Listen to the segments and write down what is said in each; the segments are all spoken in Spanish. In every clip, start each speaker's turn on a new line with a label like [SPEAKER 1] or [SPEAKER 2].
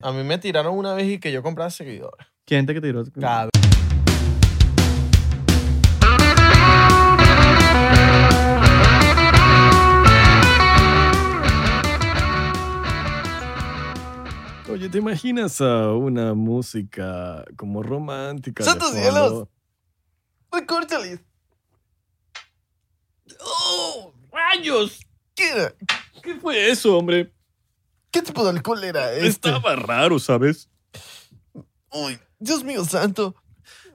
[SPEAKER 1] A mí me tiraron una vez y que yo compraba seguidores.
[SPEAKER 2] ¿Quién te que tiró?
[SPEAKER 1] Cabrón.
[SPEAKER 2] Oye, ¿te imaginas a una música como romántica? de
[SPEAKER 1] ¡Santos
[SPEAKER 2] fondo?
[SPEAKER 1] cielos! ¡Uy, córtale! ¡Oh!
[SPEAKER 2] ¡Rayos!
[SPEAKER 1] ¿Qué, era?
[SPEAKER 2] ¿Qué fue eso, hombre?
[SPEAKER 1] ¿Qué tipo de alcohol era este?
[SPEAKER 2] Estaba raro, ¿sabes?
[SPEAKER 1] ¡Uy, Dios mío santo!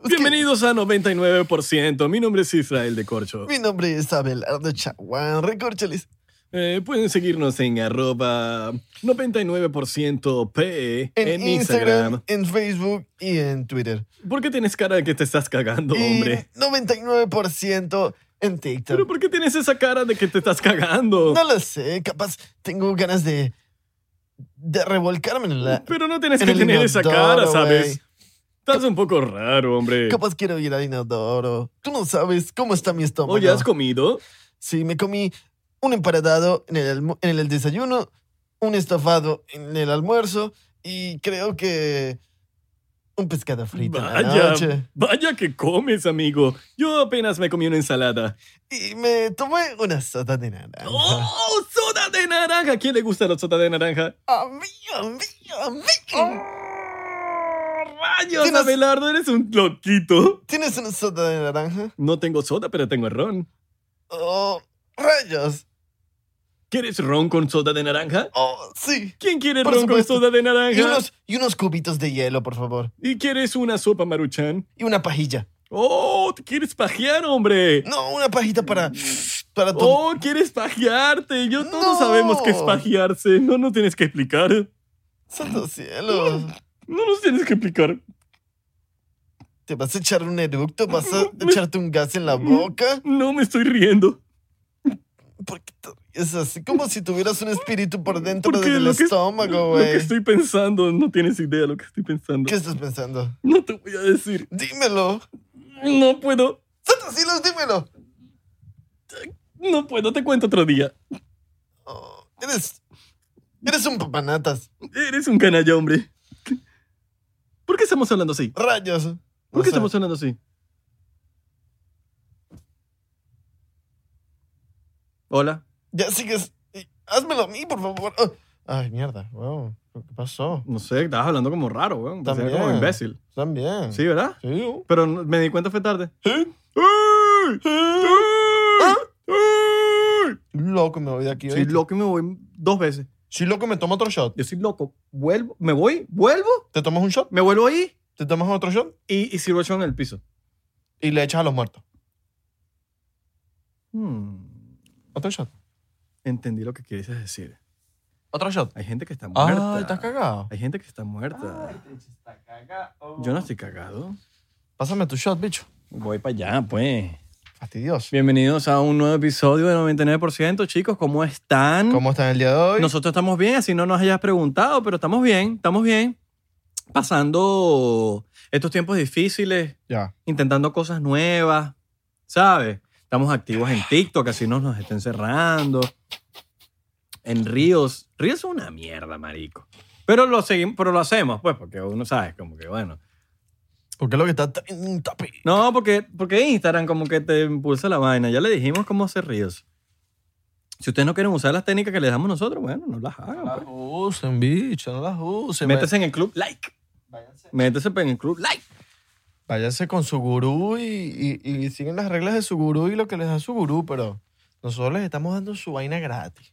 [SPEAKER 1] Es que
[SPEAKER 2] Bienvenidos a 99%. Mi nombre es Israel de Corcho.
[SPEAKER 1] Mi nombre es Abelardo Chaguán. Recórchales.
[SPEAKER 2] Eh, pueden seguirnos en arroba 99% P E
[SPEAKER 1] En,
[SPEAKER 2] en, Instagram.
[SPEAKER 1] en Facebook y en Twitter.
[SPEAKER 2] ¿Por qué tienes cara de que te estás cagando, hombre?
[SPEAKER 1] Y 99% en TikTok.
[SPEAKER 2] ¿Pero por qué tienes esa cara de que te estás cagando?
[SPEAKER 1] No lo sé, capaz tengo ganas de, de revolcarme en la...
[SPEAKER 2] Pero no tienes
[SPEAKER 1] en
[SPEAKER 2] que
[SPEAKER 1] el
[SPEAKER 2] tener esa
[SPEAKER 1] inodoro,
[SPEAKER 2] cara, ¿sabes?
[SPEAKER 1] güey.
[SPEAKER 2] Estás un poco raro, hombre.
[SPEAKER 1] Capaz quiero ir al inodoro. Tú no sabes cómo está mi estómago.
[SPEAKER 2] Oye, ¿has comido?
[SPEAKER 1] Sí, me comí un emparedado en el, almu- en el desayuno, un estofado en el almuerzo y creo que un pescado frito en la
[SPEAKER 2] Vaya,
[SPEAKER 1] noche.
[SPEAKER 2] vaya que comes, amigo. Yo apenas me comí una ensalada.
[SPEAKER 1] Y me tomé una soda de naranja.
[SPEAKER 2] ¡Oh, soda de naranja! ¿Quién le gusta la soda de naranja?
[SPEAKER 1] ¡A mí, a mí, a mí!
[SPEAKER 2] ¡Oh, ¡Rayos,
[SPEAKER 1] Tienes-
[SPEAKER 2] Abelardo! ¡Eres un loquito!
[SPEAKER 1] ¿Tienes una soda de naranja?
[SPEAKER 2] No tengo soda, pero tengo ron.
[SPEAKER 1] ¡Oh, rayos!
[SPEAKER 2] ¿Quieres ron con soda de naranja?
[SPEAKER 1] ¡Oh, sí!
[SPEAKER 2] ¿Quién quiere
[SPEAKER 1] Por
[SPEAKER 2] ron
[SPEAKER 1] supuesto.
[SPEAKER 2] con soda de naranja?
[SPEAKER 1] Y unos, y unos cubitos de hielo, por favor.
[SPEAKER 2] ¿Y quieres una sopa maruchan?
[SPEAKER 1] Y una pajilla.
[SPEAKER 2] ¡Oh, te quieres pajear, hombre!
[SPEAKER 1] No, una pajita para... Para tu...
[SPEAKER 2] ¡Oh, quieres pajearte! Yo todos
[SPEAKER 1] No.
[SPEAKER 2] sabemos que es pajearse. No nos tienes que explicar.
[SPEAKER 1] ¡Santo cielo!
[SPEAKER 2] No nos tienes que explicar.
[SPEAKER 1] ¿Te vas a echar un eructo? ¿Vas a echarte un gas en la boca?
[SPEAKER 2] No me estoy riendo.
[SPEAKER 1] ¿Por qué te ríes así? Como si tuvieras un espíritu por dentro
[SPEAKER 2] Porque
[SPEAKER 1] del
[SPEAKER 2] lo que-
[SPEAKER 1] estómago,
[SPEAKER 2] Lo que
[SPEAKER 1] güey.
[SPEAKER 2] estoy pensando, no tienes idea lo que estoy pensando.
[SPEAKER 1] ¿Qué estás pensando?
[SPEAKER 2] No te voy a decir.
[SPEAKER 1] ¡Dímelo!
[SPEAKER 2] No puedo.
[SPEAKER 1] ¡Santos cielos, dímelo!
[SPEAKER 2] No puedo. Te cuento otro día.
[SPEAKER 1] Oh, eres... Eres un papanatas.
[SPEAKER 2] Eres un canalla, hombre. ¿Por qué estamos hablando así?
[SPEAKER 1] ¡Rayos!
[SPEAKER 2] ¿Por
[SPEAKER 1] No
[SPEAKER 2] qué
[SPEAKER 1] sé.
[SPEAKER 2] estamos hablando así? Hola.
[SPEAKER 1] Ya sigues... Y- Házmelo a mí, por favor. Oh. Ay, mierda. Wow. ¿Qué pasó?
[SPEAKER 2] No sé, estabas hablando como raro, weón. Te
[SPEAKER 1] También.
[SPEAKER 2] como imbécil.
[SPEAKER 1] También.
[SPEAKER 2] Sí, ¿verdad?
[SPEAKER 1] Sí.
[SPEAKER 2] Pero no- me di cuenta fue tarde.
[SPEAKER 1] ¿Sí?
[SPEAKER 2] ¿Eh? ¡Ey! ¡Ey! ¡Ey!
[SPEAKER 1] Loco me voy de aquí.
[SPEAKER 2] Soy
[SPEAKER 1] ¿oíste?
[SPEAKER 2] loco y me voy dos veces.
[SPEAKER 1] Sí, loco, me tomo otro shot.
[SPEAKER 2] Yo soy loco. Vuelvo, me voy, vuelvo,
[SPEAKER 1] ¿Te tomas un shot?
[SPEAKER 2] me vuelvo ahí
[SPEAKER 1] ¿Te tomas otro shot?
[SPEAKER 2] y, y sirvo el show en el piso.
[SPEAKER 1] Y le echas a los muertos.
[SPEAKER 2] Hmm,
[SPEAKER 1] Otro shot.
[SPEAKER 2] Entendí lo que quieres decir.
[SPEAKER 1] Otro shot.
[SPEAKER 2] Hay gente que está muerta.
[SPEAKER 1] Ah, estás cagado.
[SPEAKER 2] Hay gente que está muerta. Yo no estoy cagado.
[SPEAKER 1] Pásame tu shot, bicho.
[SPEAKER 2] Voy para allá, pues.
[SPEAKER 1] Fastidioso.
[SPEAKER 2] Bienvenidos a un nuevo episodio de 99%, chicos. ¿Cómo están?
[SPEAKER 1] ¿Cómo están el día de hoy?
[SPEAKER 2] Nosotros estamos bien, así no nos hayas preguntado, pero estamos bien, estamos bien. Pasando estos tiempos difíciles,
[SPEAKER 1] Ya.
[SPEAKER 2] intentando cosas nuevas, ¿sabes? Estamos activos en TikTok, así no nos estén cerrando. En Ríos. Ríos es una mierda, marico. Pero lo, seguimos, pero lo hacemos, pues, porque uno sabe, como que bueno.
[SPEAKER 1] Porque lo que está en un tapi.
[SPEAKER 2] No, porque, porque Instagram como que te impulsa la vaina. Ya le dijimos cómo hacer Ríos. Si ustedes no quieren usar las técnicas que les damos nosotros, bueno, no las hagan. pues.
[SPEAKER 1] usen, bicho, no las usen.
[SPEAKER 2] Métese en el club, like.
[SPEAKER 1] Váyanse.
[SPEAKER 2] Métese en el club, like.
[SPEAKER 1] Váyanse con su gurú y, y- y siguen las reglas de su gurú y lo que les da su gurú, pero nosotros les estamos dando su vaina gratis.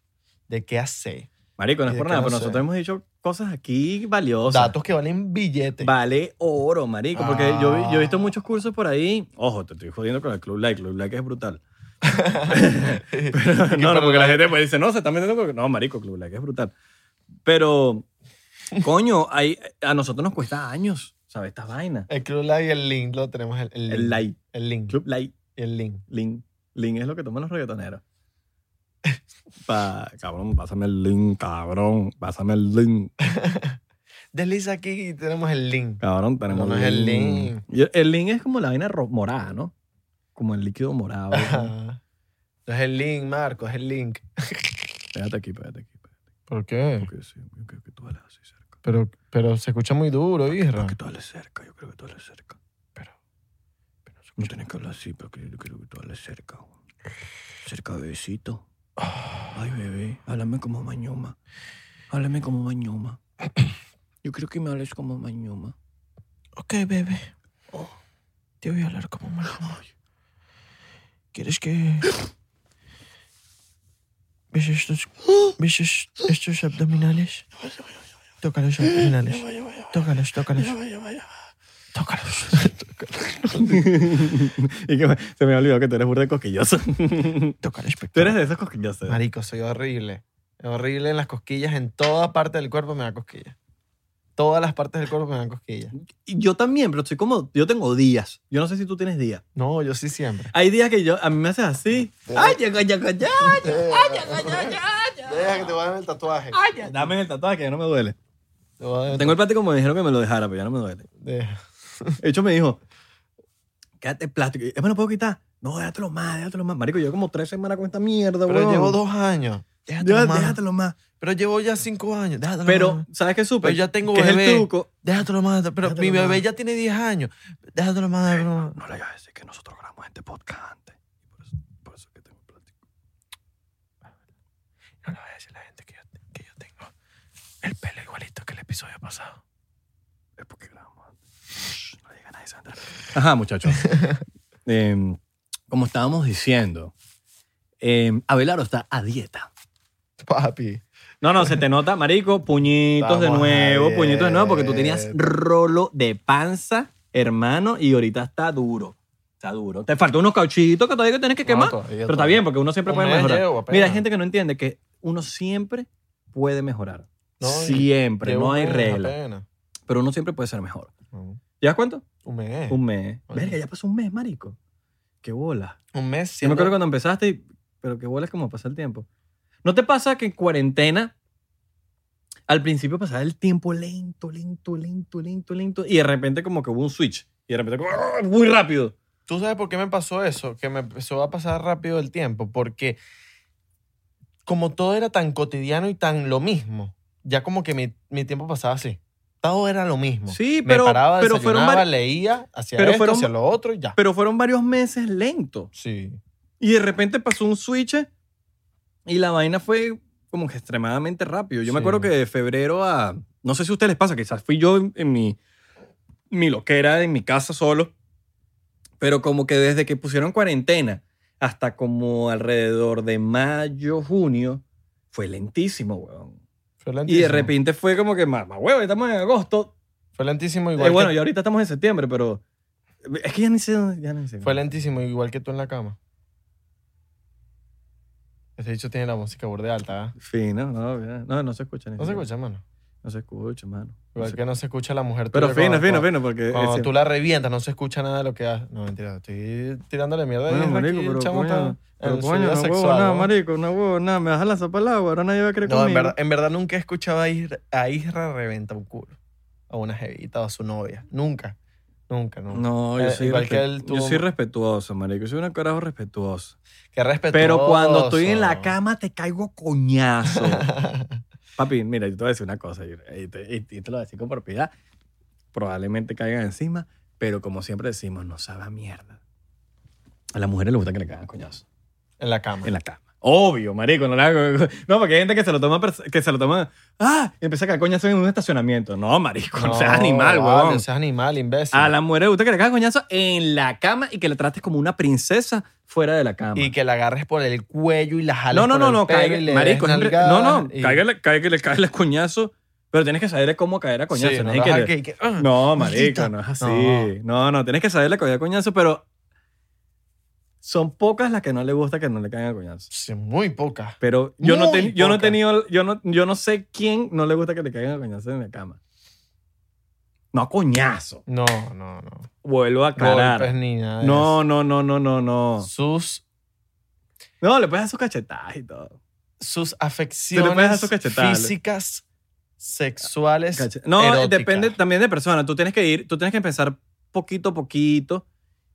[SPEAKER 1] ¿De qué hacer?
[SPEAKER 2] Marico, no
[SPEAKER 1] Y
[SPEAKER 2] es
[SPEAKER 1] de
[SPEAKER 2] por
[SPEAKER 1] que
[SPEAKER 2] nada,
[SPEAKER 1] no
[SPEAKER 2] pero
[SPEAKER 1] sé.
[SPEAKER 2] nosotros hemos dicho cosas aquí valiosas.
[SPEAKER 1] Datos que valen
[SPEAKER 3] Este.
[SPEAKER 1] billetes.
[SPEAKER 2] Vale oro, marico, porque yo, vi- yo he visto
[SPEAKER 1] Ah.
[SPEAKER 2] muchos cursos por ahí. Ojo, te estoy jodiendo con el club like. Club like es brutal. Pero- no, no, porque la gente pues, dice, no, se está metiendo con... No, marico, club like es brutal. Pero, coño, hay, a nosotros nos cuesta años, ¿sabes? Esta vaina.
[SPEAKER 1] El Club Live y el link lo tenemos. El, el link.
[SPEAKER 2] El like.
[SPEAKER 1] El link.
[SPEAKER 2] Club like.
[SPEAKER 1] El link.
[SPEAKER 2] Link. Link es lo que toman los reggaetoneros. Pa- cabrón, pásame el link, cabrón. Pásame el link.
[SPEAKER 1] Desliza aquí y tenemos el link.
[SPEAKER 2] Cabrón, tenemos
[SPEAKER 1] No, no es el link.
[SPEAKER 2] Y el- el link es como la vaina ro- morada, ¿no? Como el líquido morado. ¿no?
[SPEAKER 1] Ajá. No es el link, Marco, es el link.
[SPEAKER 2] pégate aquí, pégate aquí. pégate aquí,
[SPEAKER 1] ¿Por qué?
[SPEAKER 2] Porque sí, yo creo que tú eres así cerca.
[SPEAKER 3] Pero, pero se escucha muy duro, hija.
[SPEAKER 2] Creo que tú hables cerca, yo creo que tú hables cerca.
[SPEAKER 3] Pero, pero no se
[SPEAKER 2] No
[SPEAKER 3] escucha.
[SPEAKER 2] tienes que hablar así, pero que yo creo que tú hables cerca. güey. Cerca, bebecito.
[SPEAKER 3] Ah.
[SPEAKER 2] Ay, bebé, háblame como mañoma. Háblame como mañoma. Yo creo que me hables como mañoma. Oh.
[SPEAKER 3] Ok, bebé. Te voy a hablar como mamá. ¿Quieres que... ¿Ves estos, ¿Ves es- estos abdominales? Toca los abdominales. Tócalos, tócalos. Tócalos.
[SPEAKER 2] y que me- se me olvidó que tú eres burda de cosquilloso. tú
[SPEAKER 3] Tócalos,
[SPEAKER 2] eres de esos cosquillosos.
[SPEAKER 3] Marico, soy horrible. Horrible en las cosquillas. En toda parte del cuerpo me da cosquillas. Todas las partes del cuerpo me dan cosquillas.
[SPEAKER 2] Y Yo también, pero estoy como. Yo tengo días. Yo no sé si tú tienes días.
[SPEAKER 3] No, yo sí siempre.
[SPEAKER 2] Hay días que yo. A mí me haces así. ¡Ay, ya, ya, ya, ya!
[SPEAKER 1] Deja que te vayan el tatuaje.
[SPEAKER 2] ay, ya. Dame el tatuaje que ya no me duele.
[SPEAKER 3] Te voy a-
[SPEAKER 2] Tengo el plástico como me dijeron que me lo dejara, pero ya no me duele.
[SPEAKER 3] Deja.
[SPEAKER 2] De hecho, me dijo, quédate el plástico. Y, "Eh, ¿Me lo puedo quitar? No, déjatelo más, déjatelo más. Marico, llevo como tres semanas con esta mierda,
[SPEAKER 3] Pero
[SPEAKER 2] weón.
[SPEAKER 3] llevo dos años. Déjate
[SPEAKER 2] Déjatelo,
[SPEAKER 3] nomás.
[SPEAKER 2] déjatelo más.
[SPEAKER 3] Pero llevo ya cinco años. Déjatelo
[SPEAKER 2] Pero,
[SPEAKER 3] nomás.
[SPEAKER 2] ¿sabes qué supe?
[SPEAKER 3] Pero ya tengo
[SPEAKER 2] que es
[SPEAKER 3] bebé.
[SPEAKER 2] el truco.
[SPEAKER 3] Déjatelo más. Pero
[SPEAKER 2] Déjatelo
[SPEAKER 3] mi bebé
[SPEAKER 2] más.
[SPEAKER 3] ya tiene 10 años. Déjatelo más. Bro.
[SPEAKER 2] No le vayas a decir que nosotros grabamos este podcast antes. Por eso, por eso que tengo el plástico.
[SPEAKER 3] No le voy a decir a la gente que yo, que yo tengo el pelo igualito que el episodio pasado.
[SPEAKER 2] Es porque grabamos antes. Shh, no le diga a nadie, se va a enterar. Ajá, muchachos. Em, como estábamos diciendo, em, Abelardo está a dieta.
[SPEAKER 3] Papi.
[SPEAKER 2] No, no, se te nota, marico, puñitos de
[SPEAKER 3] Vamos
[SPEAKER 2] nuevo,
[SPEAKER 3] a
[SPEAKER 2] puñitos de nuevo, porque tú
[SPEAKER 3] ver.
[SPEAKER 2] tenías rolo de panza, hermano, y ahorita está duro. Está duro. Te faltó unos cauchitos que todavía tienes que quemar. pero está bien, porque uno siempre
[SPEAKER 3] Un
[SPEAKER 2] puede
[SPEAKER 3] mes
[SPEAKER 2] mejorar.
[SPEAKER 3] llevo apenas.
[SPEAKER 2] Mira, hay gente que no entiende que uno siempre puede mejorar.
[SPEAKER 3] No, y
[SPEAKER 2] siempre, no hay regla.
[SPEAKER 3] reglas.
[SPEAKER 2] Pero uno siempre puede ser mejor. ¿Llevas cuánto?
[SPEAKER 3] Un mes.
[SPEAKER 2] Un mes.
[SPEAKER 3] Oye.
[SPEAKER 2] Verga, ya pasó un mes, marico. Qué bola.
[SPEAKER 3] Un mes.
[SPEAKER 2] Yo me
[SPEAKER 3] siendo-
[SPEAKER 2] acuerdo cuando empezaste, y- pero que vuelas como pasa el tiempo. ¿No te pasa que en cuarentena al principio pasaba el tiempo lento, lento, lento, lento, lento y de repente como que hubo un switch y de repente como, ¡ah! muy rápido?
[SPEAKER 3] ¿Tú sabes por qué me pasó eso? Que me empezó a pasar rápido el tiempo. Porque como todo era tan cotidiano y tan lo mismo, ya como que mi, mi tiempo pasaba así. Todo era lo mismo.
[SPEAKER 2] Sí,
[SPEAKER 3] me
[SPEAKER 2] pero
[SPEAKER 3] paraba,
[SPEAKER 2] pero fueron
[SPEAKER 3] desayunaba,
[SPEAKER 2] vari-
[SPEAKER 3] leía, hacía
[SPEAKER 2] pero
[SPEAKER 3] esto,
[SPEAKER 2] fueron-
[SPEAKER 3] hacía lo otro y ya.
[SPEAKER 2] pero fueron varios meses lentos
[SPEAKER 3] sí.
[SPEAKER 2] y de repente pasó un switch eh, y la vaina fue como que extremadamente rápido. Yo me
[SPEAKER 3] Sí.
[SPEAKER 2] acuerdo que de febrero a no sé si a ustedes les pasa, quizás fui yo en, en mi mi loquera en mi casa solo. Pero como que desde que pusieron cuarentena hasta como alrededor de mayo, junio, fue lentísimo, weón.
[SPEAKER 3] Fue
[SPEAKER 2] Y
[SPEAKER 3] lentísimo.
[SPEAKER 2] de repente fue como que, más weón, estamos en agosto.
[SPEAKER 3] Fue lentísimo
[SPEAKER 2] Eh,
[SPEAKER 3] igual.
[SPEAKER 2] bueno,
[SPEAKER 3] que,
[SPEAKER 2] y ahorita estamos en septiembre, pero es que ya ni sé dónde. Ya ni sé.
[SPEAKER 3] Fue lentísimo igual que tú en la cama. Este dicho tiene la música burde alta, ¿ah?
[SPEAKER 2] Sí, no, no, ya. no, no se escucha. ni
[SPEAKER 3] No se
[SPEAKER 2] siquiera.
[SPEAKER 3] escucha, mano.
[SPEAKER 2] No se escucha, mano. No
[SPEAKER 3] Igual
[SPEAKER 2] se-
[SPEAKER 3] que no se escucha la mujer
[SPEAKER 2] Pero
[SPEAKER 3] tuya
[SPEAKER 2] fino,
[SPEAKER 3] cuando-
[SPEAKER 2] fino, fino, porque... eh,
[SPEAKER 3] Cuando
[SPEAKER 2] E-, ese-
[SPEAKER 3] tú la revientas, no se escucha nada de lo que haces. No, mentira, estoy tirándole mierda
[SPEAKER 2] Bueno,
[SPEAKER 3] ahí.
[SPEAKER 2] marico,
[SPEAKER 3] aquí,
[SPEAKER 2] pero
[SPEAKER 3] el chamo está
[SPEAKER 2] coño,
[SPEAKER 3] en
[SPEAKER 2] pero
[SPEAKER 3] su
[SPEAKER 2] coño,
[SPEAKER 3] vida
[SPEAKER 2] no huevo,
[SPEAKER 3] sexual,
[SPEAKER 2] nada,
[SPEAKER 3] ¿no?
[SPEAKER 2] marico, no huevo, nada, me vas a lanzar para el agua, ahora nadie va a creer
[SPEAKER 3] No, en
[SPEAKER 2] conmigo.
[SPEAKER 3] verdad, en verdad nunca he escuchado a Isra, a Isra reventa un culo. A una jevita o a su novia. Nunca. Nunca, nunca.
[SPEAKER 2] No, yo
[SPEAKER 3] Eh,
[SPEAKER 2] soy,
[SPEAKER 3] igual que
[SPEAKER 2] respe-
[SPEAKER 3] él
[SPEAKER 2] yo
[SPEAKER 3] tuvo-
[SPEAKER 2] soy respetuoso, marico. Yo soy un carajo respetuoso.
[SPEAKER 3] Qué respetuoso.
[SPEAKER 2] Pero cuando estoy en la cama te caigo coñazo. Papi, mira, yo te voy a decir una cosa y y te, y- y te lo voy a decir con propiedad. Probablemente caigan encima, pero como siempre decimos, no sabe a mierda. A las mujeres les gusta que le caigan coñazo
[SPEAKER 3] En la cama.
[SPEAKER 2] en la cama. Obvio, marico, no le hago- No, porque hay gente que se lo toma, pers- que se lo toma, ah, y empieza a caer coñazo en un estacionamiento. No, marico, no, seas animal,
[SPEAKER 3] vale,
[SPEAKER 2] huevón.
[SPEAKER 3] seas animal, imbécil.
[SPEAKER 2] A la mujer le gusta que le cagas coñazo en la cama y que la trates como una princesa fuera de la cama.
[SPEAKER 3] Y que la agarres por el cuello y la jales
[SPEAKER 2] no, no,
[SPEAKER 3] por
[SPEAKER 2] no,
[SPEAKER 3] el
[SPEAKER 2] no,
[SPEAKER 3] pelo
[SPEAKER 2] caiga-
[SPEAKER 3] y le
[SPEAKER 2] marico,
[SPEAKER 3] des
[SPEAKER 2] es re- no,
[SPEAKER 3] nalgadas
[SPEAKER 2] no,
[SPEAKER 3] y-
[SPEAKER 2] cáigale- cáigale- le caes el coñazo, pero tienes que saber cómo caer a
[SPEAKER 3] Sí,
[SPEAKER 2] coñazo.
[SPEAKER 3] no,
[SPEAKER 2] tienes
[SPEAKER 3] no,
[SPEAKER 2] que-
[SPEAKER 3] que- que- ah,
[SPEAKER 2] no, marico,
[SPEAKER 3] maldita.
[SPEAKER 2] no es así. No, no, tienes que saberle caer a coñazo, pero son pocas las que no le gusta que no le caigan a coñazo.
[SPEAKER 3] Sí, muy poca.
[SPEAKER 2] Pero yo no,
[SPEAKER 3] Muy
[SPEAKER 2] ten- yo no he
[SPEAKER 3] pocas.
[SPEAKER 2] tenido, yo no, yo no sé quién no le gusta que le caigan a coñazo en la cama. No a coñazo.
[SPEAKER 3] No, no, no. pues,
[SPEAKER 2] Vuelvo a aclarar.
[SPEAKER 3] Golpes ni nada de
[SPEAKER 2] No, no, no, no, no, no.
[SPEAKER 3] eso. Sus,
[SPEAKER 2] No, le puedes dar sus cachetadas y todo.
[SPEAKER 3] sus
[SPEAKER 2] Tú le puedes dar
[SPEAKER 3] afecciones
[SPEAKER 2] su cachetada.
[SPEAKER 3] físicas, sexuales,
[SPEAKER 2] Cache- No, eh,
[SPEAKER 3] eróticas.
[SPEAKER 2] depende también de persona. Tú tienes que ir, tú tienes que pensar poquito a poquito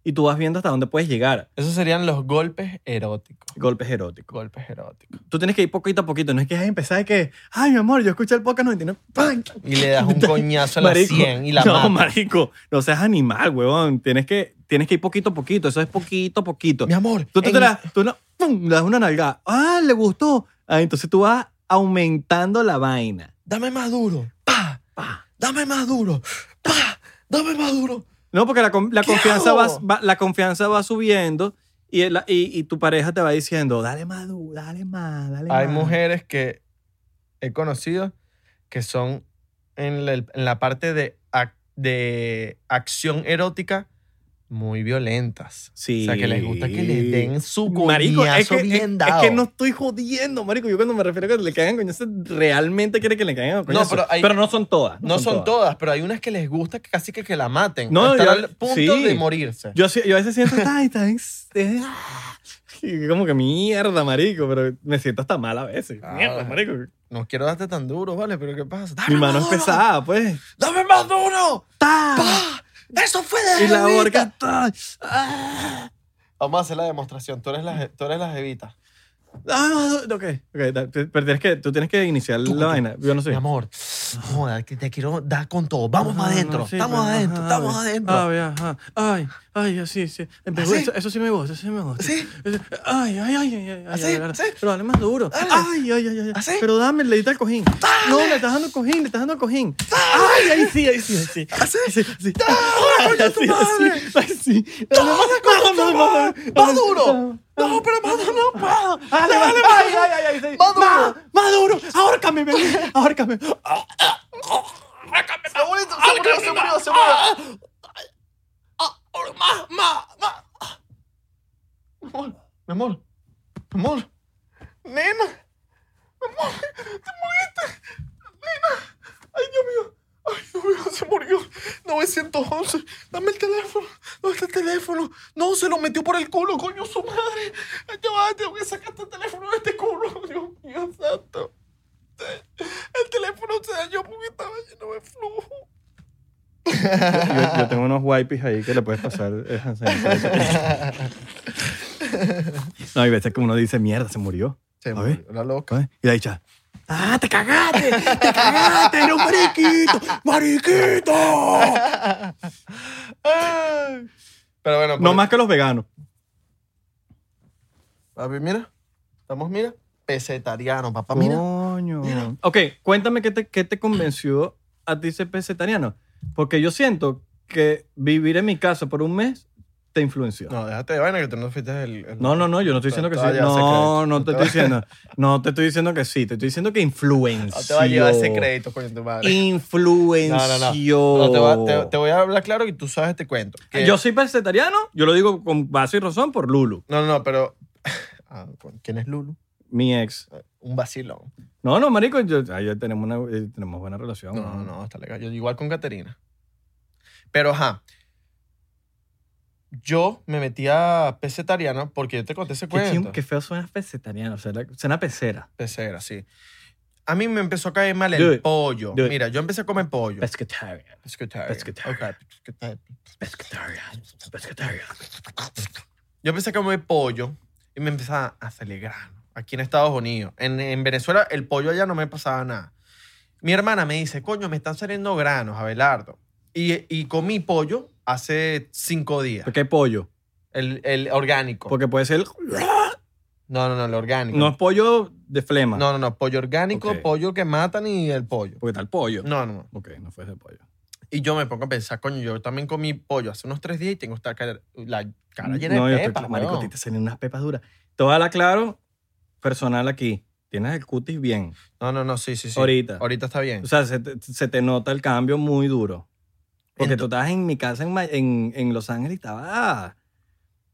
[SPEAKER 2] y tú vas viendo hasta dónde puedes llegar.
[SPEAKER 3] Esos serían los golpes eróticos.
[SPEAKER 2] Golpes eróticos.
[SPEAKER 3] Golpes eróticos.
[SPEAKER 2] Tú tienes que ir poquito a poquito. No es que ay, empezar de que, ay, mi amor, yo escuché el podcast 99. ¡pam!
[SPEAKER 3] Y le das un coñazo a la 100 y la
[SPEAKER 2] no,
[SPEAKER 3] matas.
[SPEAKER 2] marico, no seas animal, huevón. Tienes que, tienes que ir poquito a poquito. Eso es poquito a poquito.
[SPEAKER 3] Mi amor.
[SPEAKER 2] Tú, tú
[SPEAKER 3] en-
[SPEAKER 2] te la- tú no- ¡pum! le das una nalgada. Ah, le gustó. Ah, entonces tú vas aumentando la vaina.
[SPEAKER 3] Dame más duro. Pa.
[SPEAKER 2] Pa.
[SPEAKER 3] Dame más duro. Pa. Dame más duro.
[SPEAKER 2] No, porque la, con- la
[SPEAKER 3] ¿Qué
[SPEAKER 2] confianza
[SPEAKER 3] hago?
[SPEAKER 2] va, va- la confianza va subiendo y, el- y, y tu pareja te va diciendo, dale más, du- dale más, dale
[SPEAKER 3] Hay
[SPEAKER 2] más.
[SPEAKER 3] mujeres que he conocido que son en la, en la parte de, ac- de acción erótica muy violentas.
[SPEAKER 2] Sí.
[SPEAKER 3] O sea, que les gusta que les den su
[SPEAKER 2] Marico, es
[SPEAKER 3] coñazo
[SPEAKER 2] que, es-
[SPEAKER 3] bien
[SPEAKER 2] es
[SPEAKER 3] dado.
[SPEAKER 2] que no estoy jodiendo, marico. Yo cuando me refiero a que le caigan coñazos, realmente quiere que le caigan coñazos.
[SPEAKER 3] pero hay-
[SPEAKER 2] no son todas.
[SPEAKER 3] No son todas, pero hay unas que les gusta que casi que, que la maten.
[SPEAKER 2] No,
[SPEAKER 3] No,
[SPEAKER 2] yo-
[SPEAKER 3] al punto
[SPEAKER 2] sí.
[SPEAKER 3] de morirse.
[SPEAKER 2] Yo, sí- yo a veces siento, ay, tan... eh, ah". Y como que mierda, marico, pero me siento hasta mal a veces.
[SPEAKER 3] Ah.
[SPEAKER 2] Mierda, marico.
[SPEAKER 3] No quiero darte tan duro, ¿vale? Pero ¿qué pasa?
[SPEAKER 2] Mi
[SPEAKER 3] ¡Dame
[SPEAKER 2] mano es
[SPEAKER 3] más duro!
[SPEAKER 2] pesada, pues.
[SPEAKER 3] ¡Dame más duro!
[SPEAKER 2] ¡Ta!
[SPEAKER 3] ¡Pah! ¡Eso fue de
[SPEAKER 2] Y la
[SPEAKER 3] jevita!
[SPEAKER 2] horca. ¡ta! ¡Ah!
[SPEAKER 3] Vamos a hacer la demostración. Tú eres la, je- tú eres la jevita.
[SPEAKER 2] Ah, ok, ok, da- pero tienes que, tú tienes que iniciar
[SPEAKER 3] Tú,
[SPEAKER 2] la
[SPEAKER 3] tú.
[SPEAKER 2] vaina. Yo no sé.
[SPEAKER 3] Mi amor, joda, que te quiero dar con todo. Vamos
[SPEAKER 2] Ah. Ajá,
[SPEAKER 3] para adentro.
[SPEAKER 2] no, sí,
[SPEAKER 3] estamos
[SPEAKER 2] pero-
[SPEAKER 3] adentro,
[SPEAKER 2] ajá,
[SPEAKER 3] estamos
[SPEAKER 2] a ver,
[SPEAKER 3] adentro.
[SPEAKER 2] a ver, ajá. Ay, ay, sí, sí. Me
[SPEAKER 3] ¿Así?
[SPEAKER 2] gusta, eso sí me gusta, eso sí me gusta.
[SPEAKER 3] ¿Sí?
[SPEAKER 2] Eso- Ay, ay, ay, ay, ay.
[SPEAKER 3] ¿Así?
[SPEAKER 2] ay, ay,
[SPEAKER 3] ¿Sí?
[SPEAKER 2] Pero dale más duro.
[SPEAKER 3] Dale.
[SPEAKER 2] Ay, ay, ay, ay.
[SPEAKER 3] ¿Así?
[SPEAKER 2] Pero dame, le diste al cojín. No, le estás dando el cojín, le estás dando el cojín. Ay, ahí sí, ahí sí, ahí sí.
[SPEAKER 3] ¿Así?
[SPEAKER 2] Ahí sí, ahí sí.
[SPEAKER 3] ¡Dale, coño, tu
[SPEAKER 2] Así,
[SPEAKER 3] madre!
[SPEAKER 2] así, Ahí sí. Dale más,
[SPEAKER 3] coño, tu
[SPEAKER 2] dale
[SPEAKER 3] madre!
[SPEAKER 2] dale,
[SPEAKER 3] ¡Más
[SPEAKER 2] dale.
[SPEAKER 3] duro! No, pero más duro, no, pa.
[SPEAKER 2] Dale, dale, ay, ay, ay, ay, sí.
[SPEAKER 3] Más duro.
[SPEAKER 2] Más, más duro. Ahórcame, bebé. Ahórcame.
[SPEAKER 3] Se murió, se murió, se murió, se murió. Ah, ahora Más, más, más. Mi amor, mi amor, mi amor. Nena. Mi amor, te moriste. Nena. Ay, Dios mío. Ay, Dios mío, se murió. 911. Dame el teléfono. ¿Dónde está el teléfono? No, se lo metió por el culo, coño, su madre. Ay, ya va, tengo que sacar este teléfono de este culo. Dios mío, santo. El teléfono se dañó porque estaba lleno de flujo.
[SPEAKER 2] Yo, yo tengo unos wipes ahí que le puedes pasar. eh, hand sanitizer. no, hay veces que uno dice, mierda, se murió.
[SPEAKER 3] Se
[SPEAKER 2] A ver.
[SPEAKER 3] murió la loca.
[SPEAKER 2] ¿sabes? Y la dicha, ¡ah, te cagaste! ¡Te cagaste! ¡Era un mariquito! ¡Mariquito!
[SPEAKER 3] Ay. Pero bueno, pues,
[SPEAKER 2] No
[SPEAKER 3] por-
[SPEAKER 2] más que los veganos.
[SPEAKER 3] Papi, mira. Estamos, mira. Pesetariano, papá. Ah, Mira.
[SPEAKER 2] Coño. Ok, cuéntame qué te, qué te convenció a ti ser pescetariano. Porque yo siento que vivir en mi casa por un mes te influenció.
[SPEAKER 3] No, déjate de vaina que tú no fuiste el. el-
[SPEAKER 2] No, no, no, yo no estoy diciendo que sí.
[SPEAKER 3] Todavía hace
[SPEAKER 2] No,
[SPEAKER 3] crédito.
[SPEAKER 2] no te estoy diciendo. No te estoy diciendo que sí, te estoy diciendo que influenció.
[SPEAKER 3] No te va a llevar ese crédito, coño, tu madre.
[SPEAKER 2] Influenció.
[SPEAKER 3] No, te, va- te- te voy a hablar claro y tú sabes este cuento. que-
[SPEAKER 2] Yo soy pescetariano, yo lo digo con base y razón por Lulu,
[SPEAKER 3] No, no, no, pero. Ah, coño, ¿Quién es Lulu?
[SPEAKER 2] mi ex.
[SPEAKER 3] Un vacilón.
[SPEAKER 2] No, no, marico, yo, ay, ya tenemos, una, eh, tenemos buena relación.
[SPEAKER 3] No, no,
[SPEAKER 2] ¿no?
[SPEAKER 3] no, está legal. Yo igual con Caterina. Pero ajá. Yo me metí a pesetariano porque yo te conté ese
[SPEAKER 2] Qué, chim-
[SPEAKER 3] cuento.
[SPEAKER 2] qué feo suena pescetariano, o sea, la- suena pecera.
[SPEAKER 3] Pecera, sí. A mí me empezó a caer mal el
[SPEAKER 2] Dude,
[SPEAKER 3] pollo.
[SPEAKER 2] dude.
[SPEAKER 3] Mira, yo empecé a comer pollo.
[SPEAKER 2] Pescetarian,
[SPEAKER 3] Pescatarian.
[SPEAKER 2] pescatarian.
[SPEAKER 3] Ok, pescatarian.
[SPEAKER 2] pescetarian, pescetarian.
[SPEAKER 3] Yo empecé a comer pollo y me empezaba a salir grano. Aquí en Estados Unidos. En, en Venezuela, el pollo allá no me pasaba nada. Mi hermana me dice, coño, me están saliendo granos, Abelardo. Y, y comí pollo hace cinco días.
[SPEAKER 2] ¿Por qué pollo?
[SPEAKER 3] El, el orgánico.
[SPEAKER 2] Porque puede ser,
[SPEAKER 3] No, no, no, el orgánico.
[SPEAKER 2] no es pollo de flema,
[SPEAKER 3] no, no, no, pollo orgánico,
[SPEAKER 2] Ok.
[SPEAKER 3] pollo que matan y el pollo.
[SPEAKER 2] porque tal pollo.
[SPEAKER 3] No, no, no.
[SPEAKER 2] Ok, no fue ese pollo.
[SPEAKER 3] Y yo me pongo a pensar, coño, yo también comí pollo hace unos tres días y tengo esta cara, la cara llena
[SPEAKER 2] no,
[SPEAKER 3] de
[SPEAKER 2] yo estoy
[SPEAKER 3] pepas,
[SPEAKER 2] cla- marico, a
[SPEAKER 3] weón.
[SPEAKER 2] ti te salen unas pepas duras. Te voy a hablar claro, personal aquí. Tienes el cutis bien.
[SPEAKER 3] No, no, no, sí, sí, sí.
[SPEAKER 2] Ahorita.
[SPEAKER 3] Ahorita está bien.
[SPEAKER 2] O sea, se te, se te nota el cambio muy duro. Porque
[SPEAKER 3] Ento-
[SPEAKER 2] tú estabas en mi casa en, Ma- en, en Los Ángeles y estabas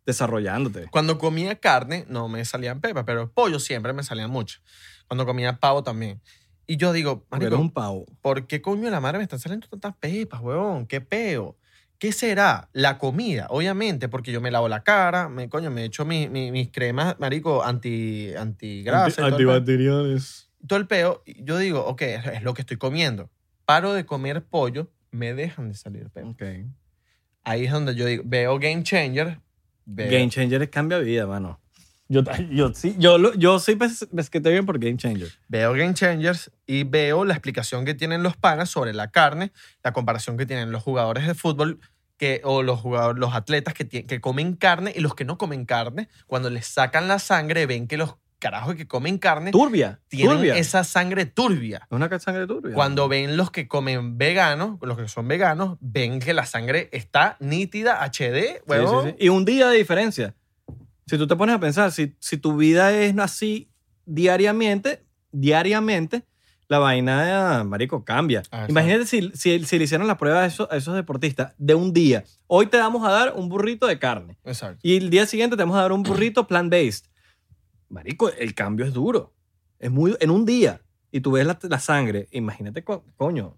[SPEAKER 2] desarrollándote.
[SPEAKER 3] Cuando comía carne, no me salían pepas, pero pollo siempre me salían mucho. Cuando comía pavo también. Y yo digo,
[SPEAKER 2] Porque
[SPEAKER 3] marico,
[SPEAKER 2] eres un pavo.
[SPEAKER 3] ¿por qué coño de la madre me están saliendo tantas pepas, weón? ¿Qué peo? ¿Qué será? La comida, obviamente, porque yo me lavo la cara, me, coño, me echo mi- mi- mis cremas, marico, anti, antigrasa. y todo el peo.
[SPEAKER 2] Antibacteriales.
[SPEAKER 3] todo el peo, y yo digo, ok, es es lo que estoy comiendo. Paro de comer pollo, me dejan de salir pepas.
[SPEAKER 2] Ok.
[SPEAKER 3] Ahí es donde yo digo, veo Game Changer. veo-
[SPEAKER 2] Game Changer es cambia vida, mano. Yo, yo sí, yo, lo- yo sí pes- pesqueté bien por Game Changer.
[SPEAKER 3] Veo Game Changers y veo la explicación que tienen los panas sobre la carne, la comparación que tienen los jugadores de fútbol que, o los, jugadores, los atletas que, tie- que comen carne y los que no comen carne. Cuando les sacan la sangre, ven que los carajos que comen carne
[SPEAKER 2] Turbia.
[SPEAKER 3] tienen
[SPEAKER 2] Turbia. Es
[SPEAKER 3] esa sangre turbia.
[SPEAKER 2] una ca- sangre turbia.
[SPEAKER 3] Cuando ven los que comen veganos, los que son veganos, ven que la sangre está nítida, HD,
[SPEAKER 2] Sí, sí,
[SPEAKER 3] huevón.
[SPEAKER 2] sí. Y un día de diferencia. Si tú te pones a pensar, si, si tu vida es así diariamente, diariamente, la vaina, eh, marico, cambia.
[SPEAKER 3] Ah, exacto.
[SPEAKER 2] Imagínate si, si, si le hicieran las pruebas a esos, a esos deportistas de un día. Hoy te vamos a dar un burrito de carne.
[SPEAKER 3] Exacto.
[SPEAKER 2] Y el día siguiente te vamos a dar un burrito plant-based. Marico, el cambio es duro. Es muy... En un día. Y tú ves la, la sangre. Imagínate, co- coño.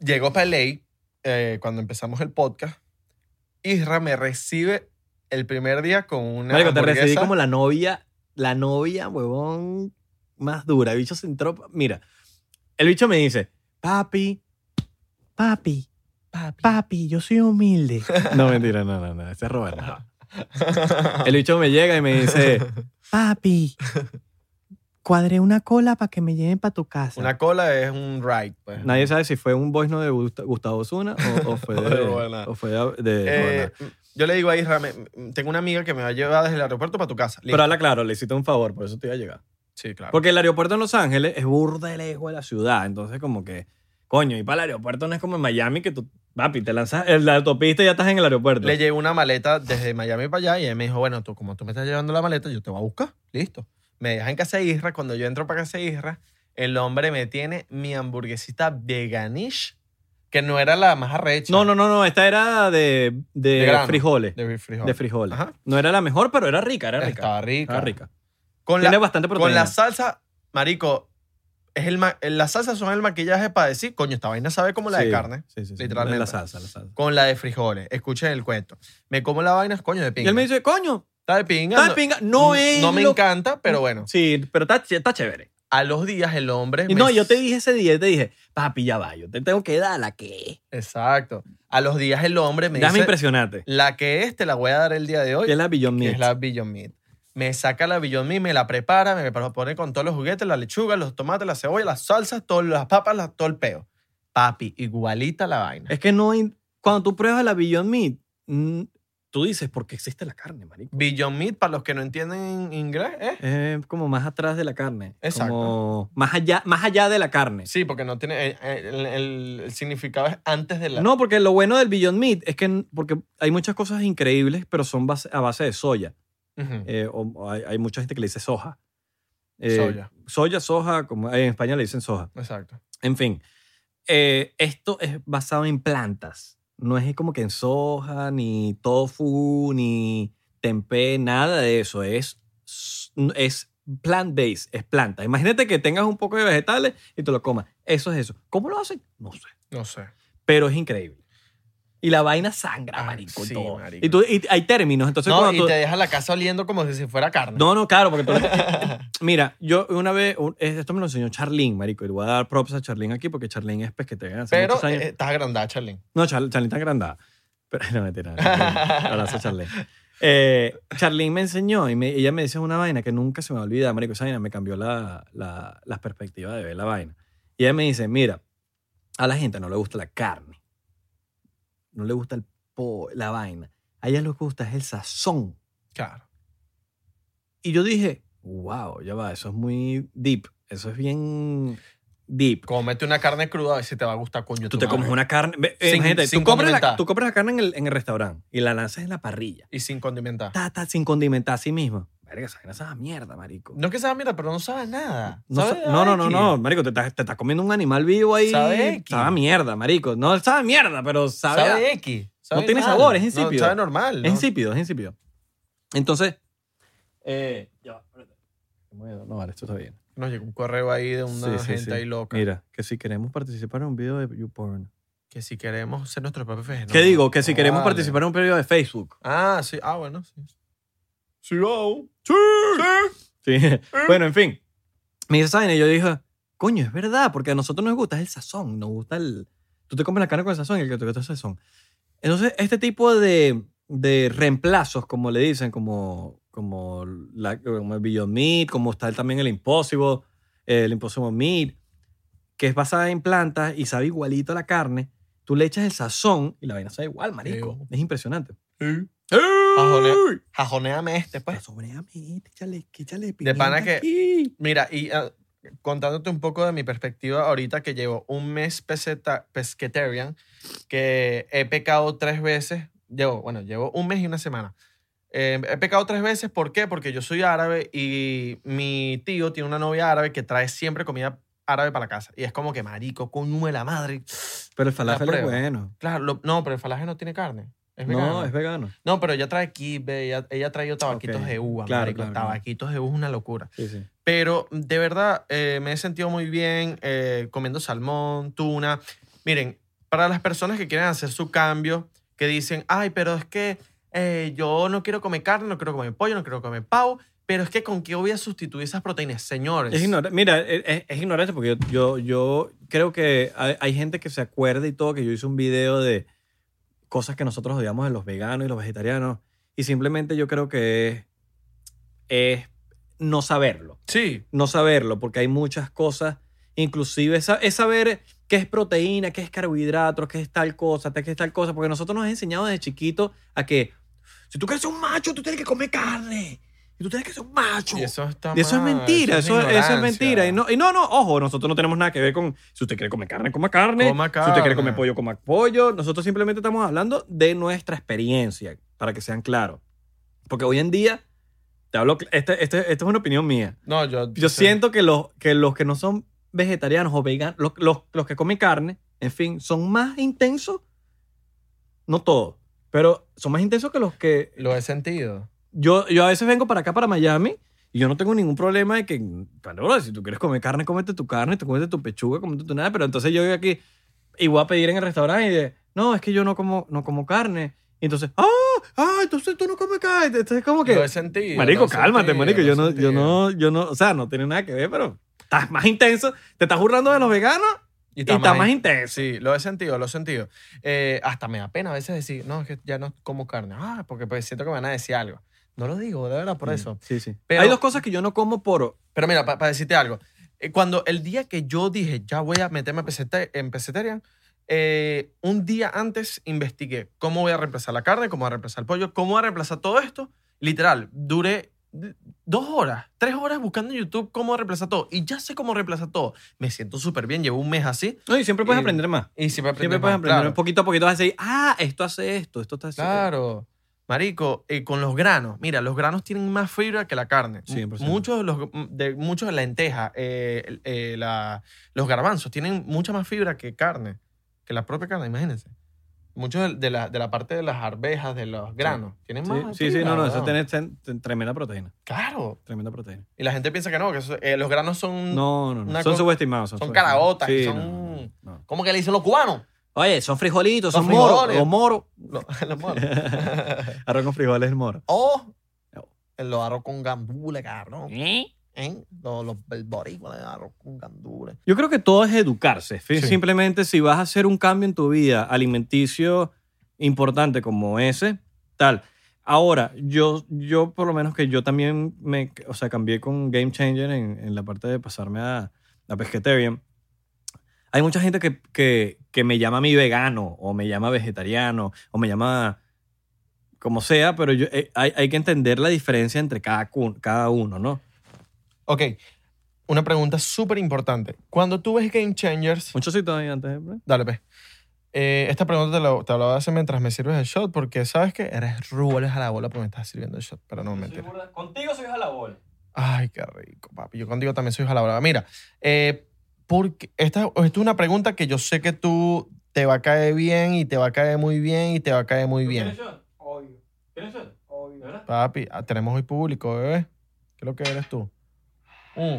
[SPEAKER 3] Llegó Pelé eh, cuando empezamos el podcast. Isra me recibe el primer día con una
[SPEAKER 2] Marico, te recibí
[SPEAKER 3] hamburguesa.
[SPEAKER 2] como la novia, la novia, huevón, más dura. El bicho se entró. Mira, el bicho me dice, papi, papi,
[SPEAKER 3] Papi.
[SPEAKER 2] papi, yo soy humilde. No, mentira, no, no, no, ese es Robert. no. El bicho me llega y me dice, papi, cuadré una cola para que me lleven para tu casa.
[SPEAKER 3] Una cola es un ride. Pues.
[SPEAKER 2] Nadie sabe si fue un voice note de Gust- Gustavo Zuna o, o fue
[SPEAKER 3] O
[SPEAKER 2] de,
[SPEAKER 3] de Robert.
[SPEAKER 2] o fue de- de
[SPEAKER 3] Eh,
[SPEAKER 2] Robert.
[SPEAKER 3] yo le digo a Isra, me- m- tengo una amiga que me va a llevar desde el aeropuerto para tu casa. Listo. Ah.
[SPEAKER 2] Pero habla claro, le hiciste un favor, por eso te iba a llegar.
[SPEAKER 3] sí, claro.
[SPEAKER 2] Porque el aeropuerto en Los Ángeles es burda de lejos de la ciudad. Entonces, como que, coño, y para el aeropuerto no es como en Miami que tú, papi, te lanzas en la autopista y ya estás en el aeropuerto.
[SPEAKER 3] Le llevé una maleta desde Miami para allá y él me dijo, bueno, tú como tú me estás llevando la maleta, yo te voy a buscar. Listo. Me deja en casa de Isra. Cuando yo entro para casa de Isra, el hombre me tiene mi hamburguesita veganish, que no era la más arrecha.
[SPEAKER 2] no, no, no, no, esta era de, de
[SPEAKER 3] De grano.
[SPEAKER 2] frijoles. De,
[SPEAKER 3] De frijol.
[SPEAKER 2] frijoles.
[SPEAKER 3] Ajá.
[SPEAKER 2] No era la mejor, pero era rica, era rica.
[SPEAKER 3] Estaba rica.
[SPEAKER 2] Estaba rica.
[SPEAKER 3] Con,
[SPEAKER 2] Tiene
[SPEAKER 3] la,
[SPEAKER 2] bastante
[SPEAKER 3] con
[SPEAKER 2] proteína.
[SPEAKER 3] la salsa, marico, es el ma- las salsas son el maquillaje para decir, coño, esta vaina sabe como la
[SPEAKER 2] Sí,
[SPEAKER 3] de carne.
[SPEAKER 2] Sí, sí, sí.
[SPEAKER 3] literalmente.
[SPEAKER 2] La salsa, la salsa.
[SPEAKER 3] Con la de frijoles. Escuchen el cuento. Me como la vaina, coño, de
[SPEAKER 2] Y
[SPEAKER 3] pinga.
[SPEAKER 2] él me dice, coño,
[SPEAKER 3] está de pinga.
[SPEAKER 2] está de pinga. No es.
[SPEAKER 3] No me
[SPEAKER 2] lo-
[SPEAKER 3] encanta, pero bueno.
[SPEAKER 2] Sí, pero está, ch- está chévere.
[SPEAKER 3] A los días el hombre...
[SPEAKER 2] Y
[SPEAKER 3] me-
[SPEAKER 2] no, yo te dije ese día, yo te dije, papi, ya va, yo te tengo que dar la que.
[SPEAKER 3] Exacto. A los días el hombre me
[SPEAKER 2] Déjame
[SPEAKER 3] dice,
[SPEAKER 2] impresionarte.
[SPEAKER 3] la que es te la voy a dar el día de hoy,
[SPEAKER 2] Que es la Beyond
[SPEAKER 3] que
[SPEAKER 2] Meat.
[SPEAKER 3] es la Beyond Meat. Me saca la Beyond Meat, me la prepara, me prepara- pone con todos los juguetes, la lechuga, los tomates, la cebolla, las salsas, todas las papas, la- todo el peo. Papi, igualita la vaina.
[SPEAKER 2] Es que no hay- Cuando tú pruebas la Beyond Meat, mm, tú dices, porque existe la carne, marico?
[SPEAKER 3] Beyond Meat, para los que no entienden inglés, ¿eh?
[SPEAKER 2] Es como más atrás de la carne.
[SPEAKER 3] Exacto.
[SPEAKER 2] Como más allá, más allá de la carne.
[SPEAKER 3] Sí, porque no tiene... eh, eh, El, el- el significado es antes de la...
[SPEAKER 2] No, porque lo bueno del Beyond Meat es que n- porque hay muchas cosas increíbles, pero son base- a base de soya.
[SPEAKER 3] Ujú.
[SPEAKER 2] Eh, o- o hay, hay mucha gente que le dice soja. Eh,
[SPEAKER 3] Soya.
[SPEAKER 2] Soya, soja, como en España le dicen soja.
[SPEAKER 3] Exacto.
[SPEAKER 2] En fin, eh, esto es basado en plantas. No es como que en soja, ni tofu, ni tempeh, nada de eso. Es, es plant-based, es planta. Imagínate que tengas un poco de vegetales y te lo comas. Eso es eso. ¿Cómo lo hacen? No sé.
[SPEAKER 3] No sé.
[SPEAKER 2] Pero es increíble. Y la vaina sangra,
[SPEAKER 3] Ah,
[SPEAKER 2] marico. y
[SPEAKER 3] sí,
[SPEAKER 2] todo.
[SPEAKER 3] marico.
[SPEAKER 2] Y, tú- y hay términos. Entonces,
[SPEAKER 3] no,
[SPEAKER 2] cuando
[SPEAKER 3] y
[SPEAKER 2] tú-
[SPEAKER 3] te deja la casa oliendo como si fuera carne.
[SPEAKER 2] no, no, claro, porque tú Mira, yo una vez, un- esto me lo enseñó Charlene, marico, y le voy a dar props a Charlene aquí porque Charlene es pues, pesquetera hace
[SPEAKER 3] Pero
[SPEAKER 2] muchos años.
[SPEAKER 3] eh, estás agrandada, Charlene.
[SPEAKER 2] No, Char- Charlene está agrandada. Pero no, mentira. no, no, Abrazo, Charlene. Eh, Charlene me enseñó y me- ella me dice una vaina que nunca se me olvida, marico. Esa vaina me cambió la, la, la perspectiva de ver la vaina. Y ella me dice, mira, a la gente no le gusta la carne. No le gusta el po- la vaina. A ella les gusta es el sazón.
[SPEAKER 3] Claro.
[SPEAKER 2] Y yo dije, wow, ya va, eso es muy deep. Eso es bien deep.
[SPEAKER 3] Cómete una carne cruda a ver si te va a gustar, coño.
[SPEAKER 2] Tú
[SPEAKER 3] tu
[SPEAKER 2] te
[SPEAKER 3] madre.
[SPEAKER 2] comes una carne. ve, eh,
[SPEAKER 3] Sin-
[SPEAKER 2] imagínate,
[SPEAKER 3] sin
[SPEAKER 2] tú, compras la,
[SPEAKER 3] condimentar.
[SPEAKER 2] tú compras la carne en el, en el restaurante y la lanzas en la parrilla.
[SPEAKER 3] Y sin condimentar.
[SPEAKER 2] Ta, ta, sin condimentar a sí misma. Verga, esa vaina sabe a mierda, marico.
[SPEAKER 3] No es que sabe, mira, pero no sabe nada.
[SPEAKER 2] No,
[SPEAKER 3] Sabe
[SPEAKER 2] sa- no, no, no,
[SPEAKER 3] X.
[SPEAKER 2] no, marico, te estás, te estás comiendo un animal vivo ahí.
[SPEAKER 3] Sabe
[SPEAKER 2] Sabe,
[SPEAKER 3] X.
[SPEAKER 2] a mierda, marico. No sabe a mierda, pero sabe,
[SPEAKER 3] Sabe,
[SPEAKER 2] a-
[SPEAKER 3] X.
[SPEAKER 2] No tiene sabor, es
[SPEAKER 3] No,
[SPEAKER 2] insípido.
[SPEAKER 3] sabe normal.
[SPEAKER 2] Es
[SPEAKER 3] ¿no?
[SPEAKER 2] insípido, es insípido. Entonces, eh, ya va, espérate. No, vale, esto está bien.
[SPEAKER 3] Nos llegó un correo ahí de una
[SPEAKER 2] Sí, sí,
[SPEAKER 3] gente
[SPEAKER 2] sí.
[SPEAKER 3] ahí loca.
[SPEAKER 2] Mira, que si queremos participar en un video de YouPorn.
[SPEAKER 3] Que si queremos ser nuestro propio feje.
[SPEAKER 2] ¿Qué digo? Que si queremos participar en un video de Facebook.
[SPEAKER 3] Ah, sí. Ah, bueno, sí. Sí, oh.
[SPEAKER 2] Sí.
[SPEAKER 3] Mm.
[SPEAKER 2] bueno, en fin. Me dice, ¿saben? Y yo dije, coño, es verdad, porque a nosotros nos gusta el sazón, nos gusta el... Tú te comes la carne con el sazón y el que te gusta el sazón. Entonces, este tipo de, de reemplazos, como le dicen, como, como, la, como el Beyond Meat, como está también el Impossible, el Impossible Meat, que es basada en plantas y sabe igualito a la carne, tú le echas el sazón y la vaina sabe igual, marico.
[SPEAKER 3] Sí.
[SPEAKER 2] Es impresionante.
[SPEAKER 3] Sí.
[SPEAKER 2] ¡Ey!
[SPEAKER 3] Jajoneame este, pues.
[SPEAKER 2] Sazoneame, échale, échale
[SPEAKER 3] pana
[SPEAKER 2] pimienta
[SPEAKER 3] que-
[SPEAKER 2] aquí.
[SPEAKER 3] Mira, y ah, contándote un poco de mi perspectiva ahorita que llevo un mes peseta, pesquetarian, que he pecado tres veces. Llevo, bueno, llevo un mes y una semana. Eh, he pecado tres veces, ¿por qué? Porque yo soy árabe y mi tío tiene una novia árabe que trae siempre comida árabe para la casa. Y es como que, marico, coño de la madre.
[SPEAKER 2] Pero el falafel es
[SPEAKER 3] prueba.
[SPEAKER 2] bueno.
[SPEAKER 3] Claro, lo- no, pero el falaje no tiene carne. Es vegano.
[SPEAKER 2] No, es vegano.
[SPEAKER 3] No, pero ella trae kibe, ella, ella trae tabaquitos
[SPEAKER 2] Ok,
[SPEAKER 3] de uva,
[SPEAKER 2] claro,
[SPEAKER 3] marico.
[SPEAKER 2] claro, claro.
[SPEAKER 3] tabaquitos de uva es una locura.
[SPEAKER 2] Sí, sí.
[SPEAKER 3] Pero de verdad eh, me he sentido muy bien eh, comiendo salmón, tuna. Miren, para las personas que quieren hacer su cambio, que dicen, ay, pero es que eh, yo no quiero comer carne, no quiero comer pollo, no quiero comer pavo, pero es que con qué voy a sustituir esas proteínas, señores.
[SPEAKER 2] Es ignora- Mira, es, es- es ignorante porque yo, yo, yo creo que hay, hay gente que se acuerda y todo que yo hice un video de cosas que nosotros odiamos de los veganos y los vegetarianos y simplemente yo creo que es, es no saberlo.
[SPEAKER 3] Sí,
[SPEAKER 2] No saberlo porque hay muchas cosas, inclusive esa- es saber qué es proteína, qué es carbohidratos, qué es tal cosa, qué es tal cosa, porque nosotros nos han enseñado desde chiquito a que si tú quieres ser un macho, tú tienes que comer carne. Y tú tienes que ser un macho.
[SPEAKER 3] y eso está
[SPEAKER 2] Y eso es
[SPEAKER 3] mal,
[SPEAKER 2] mentira, eso, eso es,
[SPEAKER 3] ignorancia.
[SPEAKER 2] mentira. Y no, y no, no, ojo, nosotros no tenemos nada que ver con si usted quiere comer carne, coma carne.
[SPEAKER 3] Coma
[SPEAKER 2] Si usted quiere
[SPEAKER 3] carne.
[SPEAKER 2] comer pollo, coma pollo. Nosotros simplemente estamos hablando de nuestra experiencia, para que sean claros. Porque hoy en día, te hablo, cl- este, este, esta es una opinión mía.
[SPEAKER 3] No, yo,
[SPEAKER 2] Yo
[SPEAKER 3] sí.
[SPEAKER 2] siento que los, que los que no son vegetarianos o veganos, los, los, los que comen carne, en fin, son más intensos, no todos, pero son más intensos que los que
[SPEAKER 3] Lo he sentido.
[SPEAKER 2] yo, yo a veces vengo para acá, para Miami, y yo no tengo ningún problema de que, bueno, bro, si tú quieres comer carne, cómete tu carne, tú cómete tu pechuga, cómete tu nada, pero entonces yo voy aquí y voy a pedir en el restaurante y de, no, es que yo no como, no como carne. Y entonces, ah, ah, entonces tú no comes carne. Entonces es como
[SPEAKER 3] Lo he
[SPEAKER 2] que,
[SPEAKER 3] sentido.
[SPEAKER 2] marico,
[SPEAKER 3] lo he
[SPEAKER 2] cálmate,
[SPEAKER 3] sentido,
[SPEAKER 2] marico,
[SPEAKER 3] lo he
[SPEAKER 2] yo no, yo
[SPEAKER 3] sentido.
[SPEAKER 2] no, yo no, o sea, no tiene nada que ver, pero estás más intenso, te estás burlando de los veganos y estás más intenso.
[SPEAKER 3] Sí, lo he sentido, lo he sentido. Eh, hasta me da pena a veces decir, no, es que ya no como carne. Ah, porque pues, siento que me van a decir algo. No lo digo, de verdad, por eso.
[SPEAKER 2] Mm, Sí, sí.
[SPEAKER 3] Pero-
[SPEAKER 2] Hay dos cosas que yo no como por,
[SPEAKER 3] Pero mira, para decirte algo. eh, Cuando el día que yo dije, ya voy a meterme a pesete- en pesetarian, eh, un día antes investigué cómo voy a reemplazar la carne, cómo voy a reemplazar el pollo, cómo voy a reemplazar todo esto. Literal, duré d- dos horas, tres horas buscando en YouTube cómo reemplazar todo. Y ya sé cómo reemplazar todo. Me siento súper bien, llevo un mes así.
[SPEAKER 2] no, y siempre puedes
[SPEAKER 3] Y-
[SPEAKER 2] aprender más.
[SPEAKER 3] Y siempre
[SPEAKER 2] Siempre
[SPEAKER 3] aprendes
[SPEAKER 2] puedes
[SPEAKER 3] más,
[SPEAKER 2] aprender
[SPEAKER 3] claro.
[SPEAKER 2] poquito a poquito. Vas a decir, ah, esto hace esto, esto está
[SPEAKER 3] Claro. Marico, eh, con los granos. Mira, los granos tienen más fibra que la carne.
[SPEAKER 2] Sí,
[SPEAKER 3] M-
[SPEAKER 2] 100%.
[SPEAKER 3] Muchos de los de, muchos de lenteja, eh, el- eh, la- los garbanzos tienen mucha más fibra que carne, que la propia carne, imagínense. Muchos de, de la, de la parte de las arvejas, de los granos, tienen más
[SPEAKER 2] Sí, sí, sí,
[SPEAKER 3] fibra,
[SPEAKER 2] no, no, eso
[SPEAKER 3] weón.
[SPEAKER 2] tiene ten- ten- tremenda proteína.
[SPEAKER 3] Claro.
[SPEAKER 2] Tremenda proteína.
[SPEAKER 3] Y la gente piensa que no, que eso- eh, los granos son...
[SPEAKER 2] No, no, no.
[SPEAKER 3] una
[SPEAKER 2] Son
[SPEAKER 3] cosa-
[SPEAKER 2] subestimados. Son,
[SPEAKER 3] son
[SPEAKER 2] subestimados.
[SPEAKER 3] caraotas,
[SPEAKER 2] Sí,
[SPEAKER 3] son-
[SPEAKER 2] no, no, no, no.
[SPEAKER 3] ¿Cómo que le dicen los cubanos?
[SPEAKER 2] Oye, son frijolitos,
[SPEAKER 3] Son
[SPEAKER 2] son moros.
[SPEAKER 3] frijoles.
[SPEAKER 2] Los moros.
[SPEAKER 3] Los, los monos.
[SPEAKER 2] Arroz con frijoles es moro.
[SPEAKER 3] o
[SPEAKER 2] No.
[SPEAKER 3] los arroz con gambula, cabrón. ¿Eh? Los, los el boricua de arroz con gandules.
[SPEAKER 2] Yo creo que todo es educarse. Fi-
[SPEAKER 3] Sí.
[SPEAKER 2] Simplemente si vas a hacer un cambio en tu vida alimenticio importante como ese, tal. Ahora, yo, yo por lo menos que yo también me, o sea, cambié con Game Changer en, en la parte de pasarme a, a Pescatarian. Hay mucha gente que, que, que me llama mi vegano o me llama vegetariano o me llama como sea, pero yo, eh, hay, hay que entender la diferencia entre cada, cu- cada uno, ¿no?
[SPEAKER 3] Ok, una pregunta súper importante. Cuando tú ves Game Changers...
[SPEAKER 2] Muchos sí todavía antes. ¿eh?
[SPEAKER 3] Dale, pues. Eh, esta pregunta te la, te la voy a hacer mientras me sirves el shot porque sabes que eres rubles a la bola porque me estás sirviendo el shot, pero no mentira.
[SPEAKER 2] Contigo soy a la bola.
[SPEAKER 3] Ay, qué rico, papi. Yo contigo también soy jalabrada. Mira, eh, porque esta, esta es una pregunta que yo sé que tú te va a caer bien y te va a caer muy bien y te va a caer muy bien.
[SPEAKER 2] Obvio. ¿Tienes Obvio, ¿verdad?
[SPEAKER 3] Papi, ah, tenemos hoy público, bebé. ¿Qué es lo que eres tú? Mm.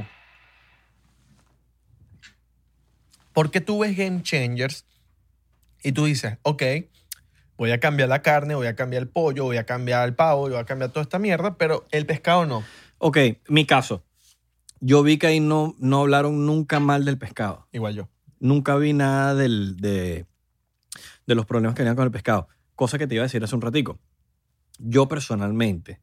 [SPEAKER 3] ¿Por qué tú ves Game Changers y tú dices, ok, voy a cambiar la carne, voy a cambiar el pollo, voy a cambiar el pavo, voy a cambiar toda esta mierda, pero el pescado no?
[SPEAKER 2] Ok, mi caso. Yo vi que ahí no, no hablaron nunca mal del pescado.
[SPEAKER 3] Igual yo.
[SPEAKER 2] Nunca vi nada del, de, de los problemas que tenían con el pescado. cosa que te iba a decir hace un ratico. Yo personalmente,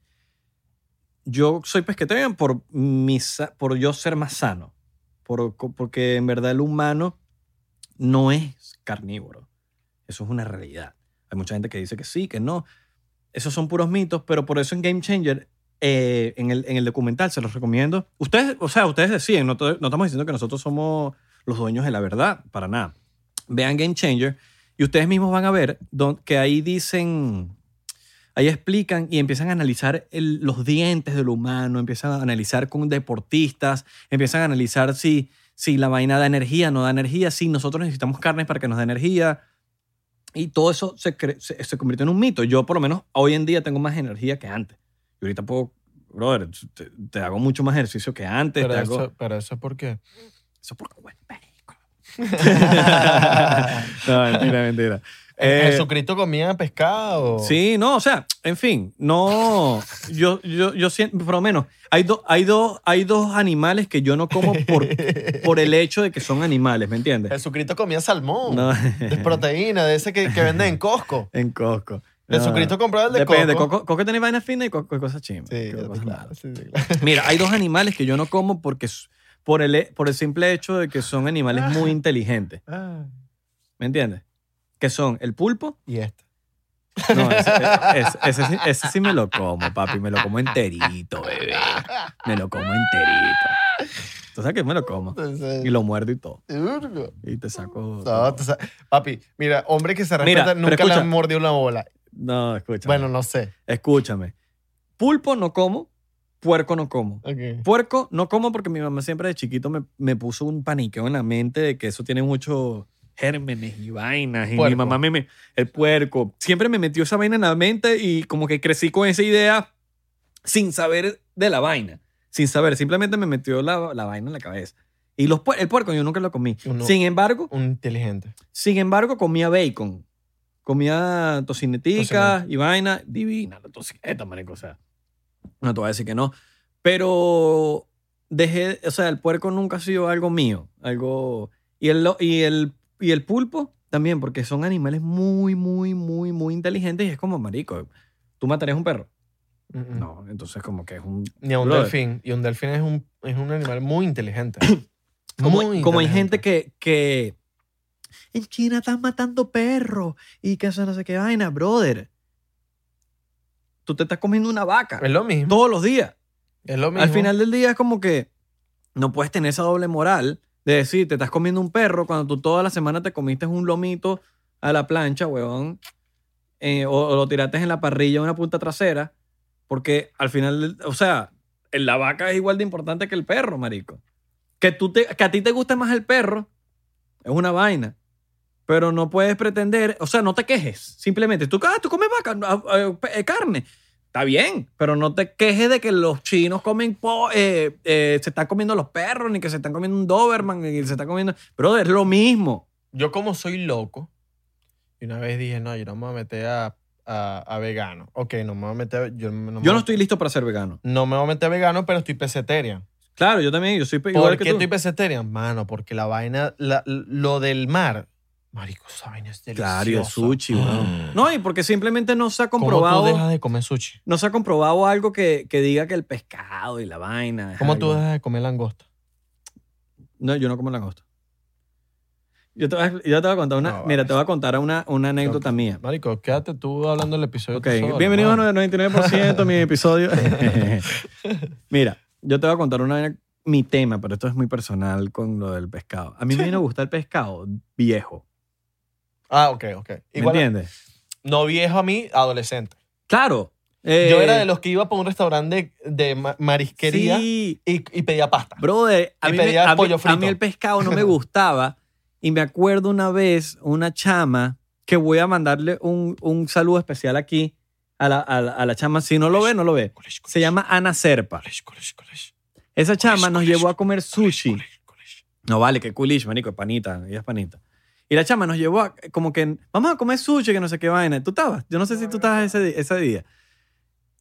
[SPEAKER 2] yo soy pesquetero por, mi sa- por yo ser más sano, por- porque en verdad el humano no es carnívoro. Eso es una realidad. Hay mucha gente que dice que sí, que no. Esos son puros mitos, pero por eso en Game Changer, eh, en, el, en el documental, se los recomiendo. Ustedes, o sea, ustedes deciden, no, to- no estamos diciendo que nosotros somos los dueños de la verdad, para nada. Vean Game Changer y ustedes mismos van a ver don- que ahí dicen, ahí explican y empiezan a analizar el- los dientes del humano, empiezan a analizar con deportistas, empiezan a analizar si, si la vaina da energía, no da energía, si nosotros necesitamos carnes para que nos dé energía. Y todo eso se, cre- se, se convirtió en un mito. Yo, por lo menos, hoy en día tengo más energía que antes. Y ahorita puedo, brother, te, te hago mucho más ejercicio que antes.
[SPEAKER 3] Pero
[SPEAKER 2] te hago-
[SPEAKER 3] eso, pero eso es porque...
[SPEAKER 2] eso porque huele perico. no, mentira, mentira. Eh,
[SPEAKER 3] Jesucristo comía pescado.
[SPEAKER 2] Sí, no, o sea, en fin, no. Yo, yo, yo siento, por lo menos, hay, dos hay, dos hay dos animales que yo no como por, por el hecho de que son animales, ¿me entiendes?
[SPEAKER 3] Jesucristo comía salmón.
[SPEAKER 2] No,
[SPEAKER 3] De proteína, de ese que, que venden en Costco.
[SPEAKER 2] en Costco. No.
[SPEAKER 3] Jesucristo compraba el de
[SPEAKER 2] Ah. Depende,
[SPEAKER 3] Costco.
[SPEAKER 2] Costco, Costco tiene vainas finas y Costco cosas chimbas.
[SPEAKER 1] Sí,
[SPEAKER 2] Costco cosas malas.
[SPEAKER 1] claro, sí, sí, claro.
[SPEAKER 2] Mira, hay dos animales que yo no como porque s- por el, por el simple hecho de que son animales muy inteligentes,
[SPEAKER 3] Ah,
[SPEAKER 2] ¿me entiendes? Que son el pulpo
[SPEAKER 3] y este.
[SPEAKER 2] No, ese, e- ese- ese sí- ese sí me lo como, papi. Me lo como enterito, bebé. Me lo como enterito. Tú sabes que me lo como.
[SPEAKER 1] Entonces,
[SPEAKER 2] Y lo muerdo y todo.
[SPEAKER 1] seguro.
[SPEAKER 2] Y te saco.
[SPEAKER 1] No, tú sabes- papi,
[SPEAKER 3] Mira, hombre que se
[SPEAKER 2] Mira,
[SPEAKER 3] respeta
[SPEAKER 2] pero
[SPEAKER 3] nunca le
[SPEAKER 2] escucha.
[SPEAKER 3] han mordido una bola.
[SPEAKER 2] No, escúchame.
[SPEAKER 3] Bueno, no sé.
[SPEAKER 2] Escúchame. Pulpo no como, puerco no como.
[SPEAKER 3] Ok.
[SPEAKER 2] Puerco no como porque mi mamá siempre de chiquito me, me puso un paniqueo en la mente de que eso tiene muchos gérmenes y vainas. Y mi
[SPEAKER 3] Puerco.
[SPEAKER 2] mamá me, me- El puerco. Siempre me metió esa vaina en la mente y como que crecí con esa idea sin saber de la vaina. Sin saber. Simplemente me metió la, la vaina en la cabeza. Y los, puer- el puerco yo nunca lo comí.
[SPEAKER 3] Uno-
[SPEAKER 2] Sin embargo,
[SPEAKER 3] Un inteligente.
[SPEAKER 2] sin embargo, comía bacon. Comía tocinetica
[SPEAKER 3] Tocineta.
[SPEAKER 2] y vaina. Divina la tocineta, marico. O sea, no te voy a decir que no. Pero dejé... O sea, el puerco nunca ha sido algo mío. Algo... Y el, lo- y el, y el pulpo también, porque son animales muy, muy, muy, muy inteligentes. Y es como, marico, ¿tú matarías un perro?
[SPEAKER 3] Mm-mm.
[SPEAKER 2] No, entonces como que es un...
[SPEAKER 3] Ni a un
[SPEAKER 2] Brother.
[SPEAKER 3] delfín. Y un delfín es un, es un animal muy inteligente.
[SPEAKER 2] Como,
[SPEAKER 3] Muy
[SPEAKER 2] como hay gente
[SPEAKER 3] inteligente.
[SPEAKER 2] que, que en China están matando perros y que eso no sé qué vaina, brother. Tú te estás comiendo una vaca
[SPEAKER 3] Es lo mismo.
[SPEAKER 2] todos los días.
[SPEAKER 3] Es lo mismo.
[SPEAKER 2] Al final del día es como que no puedes tener esa doble moral de decir, te estás comiendo un perro cuando tú toda la semana te comiste un lomito a la plancha, huevón, eh, o, o lo tiraste en la parrilla una punta trasera, porque al final, del- o sea, en la vaca es igual de importante que el perro, marico. Que, tú te, que a ti te guste más el perro es una vaina. Pero no puedes pretender, o sea, no te quejes. Simplemente, tú, ah, tú comes vaca, ah, ah, eh, carne. Está bien, pero no te quejes de que los chinos comen, po- eh, eh, se están comiendo los perros, ni que se están comiendo un Doberman, ni que se están comiendo. Brother, es lo mismo.
[SPEAKER 3] Yo como soy loco, y una vez dije, no, yo no me voy a meter a, a, a vegano. Ok, no me voy a meter... a- Yo no, me-
[SPEAKER 2] Yo no estoy listo para ser vegano.
[SPEAKER 3] No me voy a meter a vegano, pero estoy pesetarian.
[SPEAKER 2] Claro, yo también, yo soy pe- igual
[SPEAKER 3] ¿Por
[SPEAKER 2] que
[SPEAKER 3] qué
[SPEAKER 2] tú.
[SPEAKER 3] estoy pesetarian? Mano, porque la vaina... la- lo del mar. Marico, esa vaina es deliciosa.
[SPEAKER 2] Claro, y el sushi, weón. No, y porque simplemente no se ha
[SPEAKER 3] Mm. ¿Cómo
[SPEAKER 2] comprobado,
[SPEAKER 3] tú dejas de comer sushi?
[SPEAKER 2] no se ha comprobado algo que, que diga que el pescado y la vaina. es
[SPEAKER 3] ¿Cómo tú
[SPEAKER 2] algo-
[SPEAKER 3] dejas de comer langosta?
[SPEAKER 2] No, yo no como langosta. Yo te voy a, yo te voy a contar una,
[SPEAKER 3] No, vale.
[SPEAKER 2] mira, te voy a contar una, una anécdota mía.
[SPEAKER 3] Marico, quédate tú hablando del episodio.
[SPEAKER 2] Ok,
[SPEAKER 3] tú solo,
[SPEAKER 2] bienvenidos
[SPEAKER 3] mano.
[SPEAKER 2] a 99%, mi episodio. Mira, yo te voy a contar una, vaina, mi tema, pero esto es muy personal con lo del pescado. A mí me vino a gustar el pescado viejo.
[SPEAKER 3] Ah, ok, ok.
[SPEAKER 2] ¿Me
[SPEAKER 3] Igual,
[SPEAKER 2] entiendes?
[SPEAKER 3] no viejo a mí, adolescente.
[SPEAKER 2] Claro. eh,
[SPEAKER 3] Yo era de los que iba para un restaurante de, de ma- marisquería
[SPEAKER 2] Sí,
[SPEAKER 3] y, y pedía pasta.
[SPEAKER 2] brother. A
[SPEAKER 3] Y
[SPEAKER 2] mí, me-
[SPEAKER 3] pedía
[SPEAKER 2] a mí-
[SPEAKER 3] pollo
[SPEAKER 2] a
[SPEAKER 3] frito.
[SPEAKER 2] mí el pescado no me gustaba. y me acuerdo una vez, una chama, que voy a mandarle un, un saludo especial aquí a la, a la- a la chama. Si no lo ve, no lo ve. Se llama Ana Serpa. Esa chama nos llevó a comer sushi. No vale, que coolish, manico, es panita, ella es panita. Y la chama nos llevó a, como que, vamos a comer sushi, que no sé qué vaina. ¿Tú estabas? Yo no sé si tú estabas ese, di- ese día.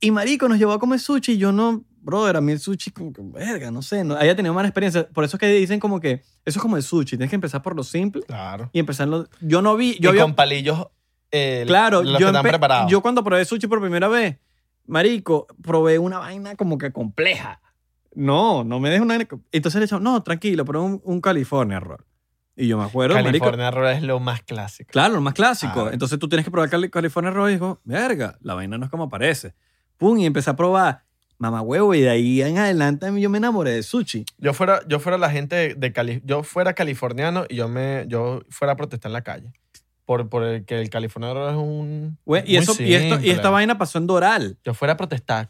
[SPEAKER 2] Y marico nos llevó a comer sushi y yo no, brother, a mí el sushi como que, verga, no sé, no, había tenido mala experiencia. Por eso es que dicen como que, eso es como el sushi, tienes que empezar por lo simple
[SPEAKER 3] Claro.
[SPEAKER 2] y empezar lo... Yo no vi, yo
[SPEAKER 3] y
[SPEAKER 2] había...
[SPEAKER 3] con palillos eh,
[SPEAKER 2] Claro,
[SPEAKER 3] los
[SPEAKER 2] yo,
[SPEAKER 3] que están
[SPEAKER 2] empe-
[SPEAKER 3] preparados.
[SPEAKER 2] yo cuando probé sushi por primera vez, marico, probé una vaina como que compleja. No, no me dejes una... Entonces le dijo, no, tranquilo, probé un, un California Roll. Y yo me acuerdo, marico,
[SPEAKER 3] California Roll es lo más clásico.
[SPEAKER 2] Claro, lo más clásico.
[SPEAKER 3] Ah.
[SPEAKER 2] Entonces tú tienes que probar Cali- California Roll y digo, verga, la vaina no es como parece. Pum, y empecé a probar. Mamá huevo, y de ahí en adelante yo me enamoré de sushi.
[SPEAKER 3] Yo fuera, yo fuera la gente de, de Cali, yo fuera californiano y yo me, yo fuera a protestar en la calle. Por, por el que el californiano es un.
[SPEAKER 2] Güey, y,
[SPEAKER 3] muy
[SPEAKER 2] eso, y, esto, y
[SPEAKER 3] simple.
[SPEAKER 2] esta vaina pasó en Doral.
[SPEAKER 3] Yo fuera a protestar.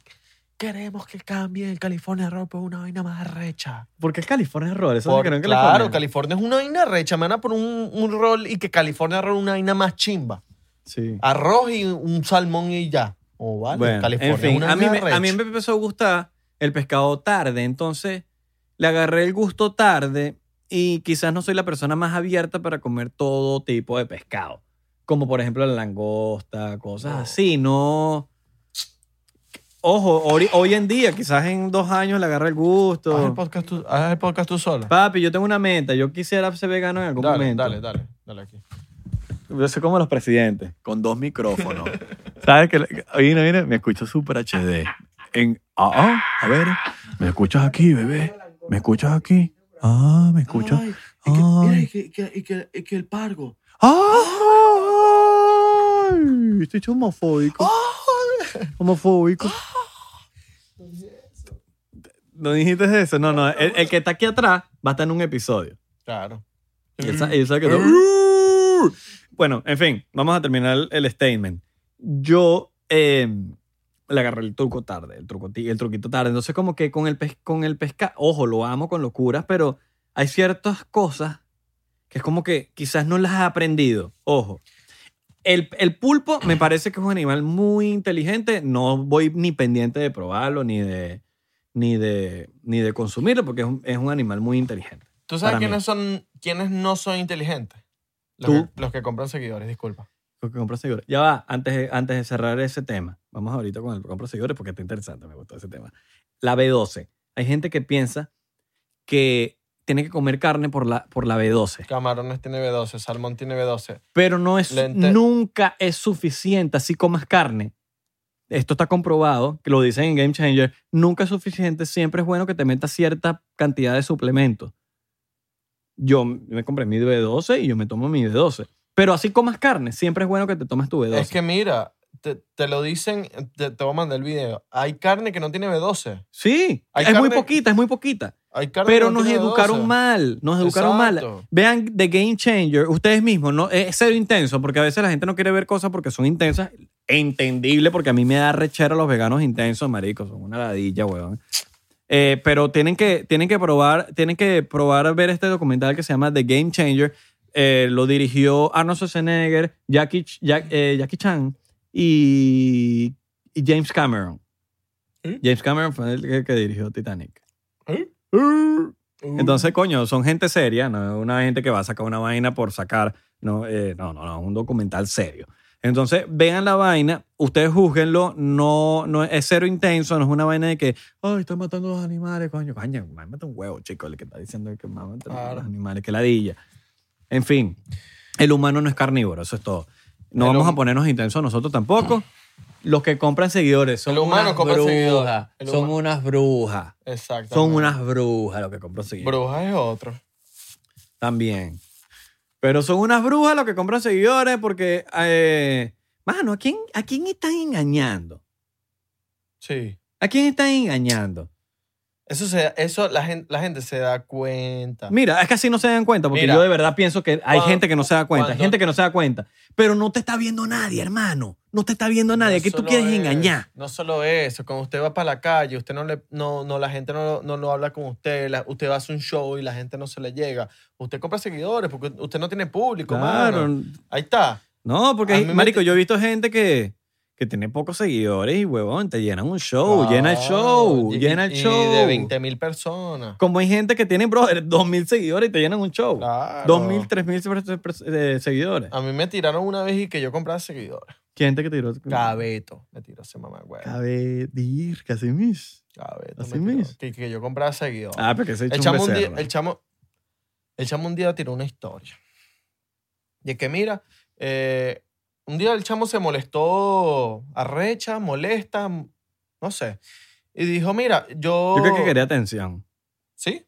[SPEAKER 3] Queremos que cambie el California Roll por una vaina más recha.
[SPEAKER 2] ¿Por qué California Roll? Eso
[SPEAKER 3] Por-
[SPEAKER 2] se creó en
[SPEAKER 3] claro, California
[SPEAKER 2] California.
[SPEAKER 3] es una vaina recha. Me van a poner un, un rol y que California Roll una vaina más chimba.
[SPEAKER 2] Sí.
[SPEAKER 3] Arroz y un salmón y ya. O vale,
[SPEAKER 2] Bueno,
[SPEAKER 3] California
[SPEAKER 2] en fin,
[SPEAKER 3] una
[SPEAKER 2] a mí, me,
[SPEAKER 3] vaina
[SPEAKER 2] a mí
[SPEAKER 3] recha.
[SPEAKER 2] me empezó a gustar el pescado tarde, entonces le agarré el gusto tarde y quizás no soy la persona más abierta para comer todo tipo de pescado, como por ejemplo la langosta, cosas
[SPEAKER 3] No.
[SPEAKER 2] así, no... Ojo, hoy, hoy en día, quizás en dos años le agarré el
[SPEAKER 3] Haz el
[SPEAKER 2] gusto.
[SPEAKER 3] podcast tú, haz el podcast tú solo.
[SPEAKER 2] Papi, yo tengo una meta, yo quisiera ser vegano en algún
[SPEAKER 3] Dale,
[SPEAKER 2] momento.
[SPEAKER 3] dale, dale, dale aquí.
[SPEAKER 2] Yo soy como los presidentes.
[SPEAKER 4] con dos micrófonos. ¿Sabes que Mira, mira, me escucho súper HD. En, ah, ah, a ver, ¿me escuchas aquí, bebé? ¿Me escuchas aquí? Ah, ¿me escuchas? Ay.
[SPEAKER 3] el pargo.
[SPEAKER 4] ¡Ay! Estoy hecho homofóbico. Homofóbico.
[SPEAKER 2] No dijiste eso, no, no. El, el que está aquí atrás va a estar en un episodio.
[SPEAKER 3] Claro.
[SPEAKER 2] Y él sa- y él sabe que todo- Bueno, en fin, vamos a terminar el, el statement. Yo eh, le agarré el truco tarde, el, truco, el truquito tarde. Entonces, como que con el, pes- con el pescado, ojo, lo amo con locuras, pero hay ciertas cosas que es como que quizás no las has aprendido. Ojo. El, el pulpo me parece que es un animal muy inteligente. No voy ni pendiente de probarlo, ni de, ni de, ni de consumirlo, porque es un- es un animal muy inteligente.
[SPEAKER 3] ¿Tú sabes
[SPEAKER 2] Para mí.
[SPEAKER 3] quiénes, son, quiénes no son inteligentes? Los,
[SPEAKER 2] Tú.
[SPEAKER 3] Que, los que compran seguidores, disculpa.
[SPEAKER 2] Porque compro seguidores. Ya va, antes de, antes de cerrar ese tema, vamos ahorita con el compro seguidores porque está interesante, me gustó ese tema. La B12. Hay gente que piensa que tiene que comer carne por la, por la B12,
[SPEAKER 3] Camarones tiene B12, salmón tiene B12.
[SPEAKER 2] pero no es,
[SPEAKER 3] Lente-
[SPEAKER 2] nunca es suficiente así comas carne. Esto está comprobado, que lo dicen en Game Changer, nunca es suficiente, siempre es bueno que te metas cierta cantidad de suplementos. Yo me compré mi B12 y yo me tomo mi B12. Pero así comas carne, siempre es bueno que te tomes tu B12.
[SPEAKER 3] Es que mira, te, te lo dicen, te, te voy a mandar el video. Hay carne que no tiene B12.
[SPEAKER 2] Sí,
[SPEAKER 3] Hay
[SPEAKER 2] es muy
[SPEAKER 3] carne-
[SPEAKER 2] poquita, es muy poquita.
[SPEAKER 3] Hay carne
[SPEAKER 2] Pero
[SPEAKER 3] que no
[SPEAKER 2] nos
[SPEAKER 3] tiene
[SPEAKER 2] educaron
[SPEAKER 3] B12.
[SPEAKER 2] mal, nos educaron mal.
[SPEAKER 3] Exacto.
[SPEAKER 2] Vean The Game Changer, ustedes mismos, no es cero intenso, porque a veces la gente no quiere ver cosas porque son intensas. Entendible, porque a mí me da rechera los veganos intensos, maricos, son una ladilla, weón. Eh, pero tienen que, tienen que probar, tienen que probar a ver este documental que se llama The Game Changer. Eh, lo dirigió Arnold Schwarzenegger, Jackie, Ch- Jack- eh, Jackie Chan y, y James Cameron.
[SPEAKER 3] ¿Eh?
[SPEAKER 2] James Cameron fue el que- que dirigió Titanic.
[SPEAKER 3] ¿Eh? Uh.
[SPEAKER 2] Entonces, coño, son gente seria, no es una gente que va a sacar una vaina por sacar. No, eh, no, no, no, es un documental serio. Entonces, vean la vaina, ustedes júzguenlo, no, no es cero intenso, no es una vaina de que, ay, estoy matando a los animales, coño, coño, mámate un huevo, chico, el que está diciendo que mámate a
[SPEAKER 3] Claro.
[SPEAKER 2] los animales, que ladilla. En fin, el humano no es carnívoro, eso es todo. No
[SPEAKER 3] El
[SPEAKER 2] vamos a
[SPEAKER 3] hum-
[SPEAKER 2] ponernos intensos nosotros tampoco. Los que compran seguidores son
[SPEAKER 3] El humano
[SPEAKER 2] unas
[SPEAKER 3] compra
[SPEAKER 2] brujas,
[SPEAKER 3] seguidores. El
[SPEAKER 2] son
[SPEAKER 3] huma-
[SPEAKER 2] unas brujas,
[SPEAKER 3] Exacto.
[SPEAKER 2] son unas brujas los que compran seguidores.
[SPEAKER 3] Brujas es otro.
[SPEAKER 2] También. Pero son unas brujas los que compran seguidores porque, eh, mano, ¿a quién, ¿a quién están engañando?
[SPEAKER 3] Sí.
[SPEAKER 2] ¿A quién están engañando?
[SPEAKER 3] Eso, se, eso la, gente, la gente se da cuenta.
[SPEAKER 2] Mira, es que así no se dan cuenta, porque
[SPEAKER 3] Mira.
[SPEAKER 2] yo de verdad pienso que hay
[SPEAKER 3] Cuan-
[SPEAKER 2] gente que no se da cuenta, hay
[SPEAKER 3] cuando-
[SPEAKER 2] gente que no se da cuenta, pero no te está viendo nadie, hermano, no te está viendo nadie,
[SPEAKER 3] No
[SPEAKER 2] que tú
[SPEAKER 3] solo
[SPEAKER 2] quieres
[SPEAKER 3] es-
[SPEAKER 2] engañar.
[SPEAKER 3] No solo eso, cuando usted va para la calle, usted no le, no, no, la gente no, no lo habla con usted, la- usted va a hacer un show y la gente no se le llega. Usted compra seguidores porque usted no tiene público, mano. Ahí está.
[SPEAKER 2] No, porque,
[SPEAKER 3] A
[SPEAKER 2] hay-
[SPEAKER 3] mí me
[SPEAKER 2] marico,
[SPEAKER 3] te-
[SPEAKER 2] yo he visto gente que, que tiene pocos seguidores y, huevón, te llenan un show, Oh, llena el
[SPEAKER 3] Ah,
[SPEAKER 2] show,
[SPEAKER 3] y-
[SPEAKER 2] llena el
[SPEAKER 3] y
[SPEAKER 2] show.
[SPEAKER 3] de 20 mil personas.
[SPEAKER 2] Como hay gente que tiene, brother, 2.000 seguidores y te llenan un show.
[SPEAKER 3] Claro.
[SPEAKER 2] 2.000, 3.000 pers- eh, seguidores.
[SPEAKER 3] A mí me tiraron una vez y que yo compraba seguidores.
[SPEAKER 2] ¿Quién te que tiró?
[SPEAKER 3] Cabeto. Me tiró ese mamá, güey.
[SPEAKER 4] Cabedir, casi mis.
[SPEAKER 3] Cabeto. me
[SPEAKER 4] Así
[SPEAKER 3] tiró.
[SPEAKER 4] mismo.
[SPEAKER 3] Que, que yo compraba seguidores.
[SPEAKER 2] Ah, porque ese
[SPEAKER 3] El
[SPEAKER 2] hecho un
[SPEAKER 3] chamo, un día,
[SPEAKER 2] becerro.
[SPEAKER 3] el, chamo, el chamo un día tiró una historia. Y es que, mira, eh, Un día el chamo se molestó, arrecha, molesta, no sé. Y dijo, mira, yo...
[SPEAKER 2] Yo creo que quería atención.
[SPEAKER 3] ¿Sí?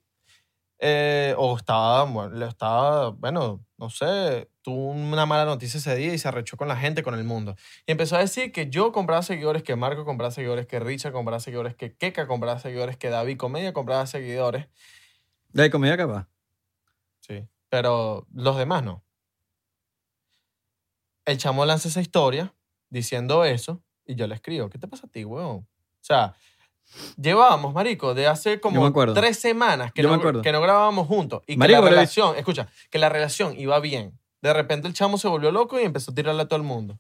[SPEAKER 3] Eh, o estaba, bueno, le estaba, bueno, no sé, tuvo una mala noticia ese día y se arrechó con la gente, con el mundo. Y empezó a decir que yo compraba seguidores, que Marco compraba seguidores, que Richard compraba seguidores, que Keka compraba seguidores, que David Comedia compraba seguidores.
[SPEAKER 2] De comida capaz.
[SPEAKER 3] Sí. Pero los demás no. El chamo lanza esa historia diciendo eso y yo le escribo, ¿qué te pasa a ti, weón? O sea, llevábamos, marico, de hace
[SPEAKER 2] Yo me
[SPEAKER 3] como
[SPEAKER 2] acuerdo.
[SPEAKER 3] tres semanas que
[SPEAKER 2] Yo me
[SPEAKER 3] no,
[SPEAKER 2] acuerdo.
[SPEAKER 3] que no grabábamos juntos y que
[SPEAKER 2] Marico,
[SPEAKER 3] la
[SPEAKER 2] pero-
[SPEAKER 3] relación, escucha, que la relación iba bien. De repente el chamo se volvió loco y empezó a tirarle a todo el mundo.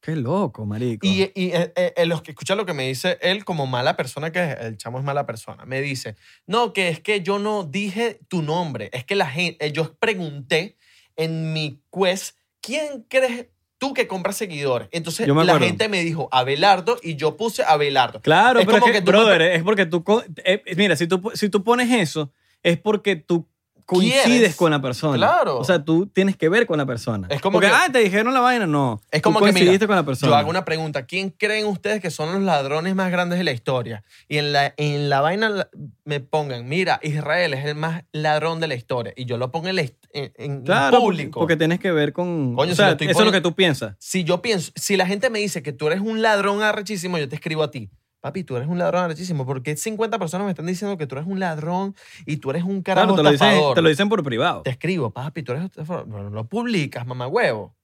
[SPEAKER 2] Qué loco, marico.
[SPEAKER 3] Y, y eh, eh, eh, los que escucha lo que me dice él como mala persona que es, el chamo es mala persona. Me dice, no, que es que yo no dije tu nombre. Es que la gente, eh, yo pregunté en mi quest, ¿quién crees tú que compras seguidores? Entonces
[SPEAKER 2] Yo me
[SPEAKER 3] la
[SPEAKER 2] acuerdo.
[SPEAKER 3] gente me dijo Abelardo y yo puse Abelardo.
[SPEAKER 2] Claro,
[SPEAKER 3] Es
[SPEAKER 2] pero es
[SPEAKER 3] como
[SPEAKER 2] que,
[SPEAKER 3] que tú
[SPEAKER 2] brother,
[SPEAKER 3] no
[SPEAKER 2] es porque tú... co- eh, mira, si tú, po- si tú pones eso, es porque tú coincides
[SPEAKER 3] Quieres.
[SPEAKER 2] con la persona.
[SPEAKER 3] Claro.
[SPEAKER 2] O sea, tú tienes que ver con la persona.
[SPEAKER 3] Es como
[SPEAKER 2] porque,
[SPEAKER 3] que-
[SPEAKER 2] ah, te dijeron la vaina, no.
[SPEAKER 3] Es
[SPEAKER 2] Tú
[SPEAKER 3] como que, mira,
[SPEAKER 2] coincidiste con la persona.
[SPEAKER 3] Yo hago una pregunta. ¿Quién creen ustedes que son los ladrones más grandes de la historia? Y en la, en la vaina la- me pongan, mira, Israel es el más ladrón de la historia. Y yo lo pongo en, la hist- en- en
[SPEAKER 2] Claro,
[SPEAKER 3] público.
[SPEAKER 2] porque tienes que ver con...
[SPEAKER 3] Coño,
[SPEAKER 2] o
[SPEAKER 3] si
[SPEAKER 2] sea,
[SPEAKER 3] lo estoy
[SPEAKER 2] eso es lo
[SPEAKER 3] poni-
[SPEAKER 2] que tú piensas.
[SPEAKER 3] Si yo pienso, si la gente me dice que tú eres un ladrón arrechísimo, yo te escribo a ti. Papi, tú eres un ladrón arrechísimo. ¿Por qué 50 personas me están diciendo que tú eres un ladrón y tú eres un
[SPEAKER 2] Claro,
[SPEAKER 3] carajo
[SPEAKER 2] te lo, dicen,
[SPEAKER 3] estafador?
[SPEAKER 2] te lo dicen por privado.
[SPEAKER 3] te escribo, papi, tú eres estafador. Bueno, lo publicas, mamá huevo.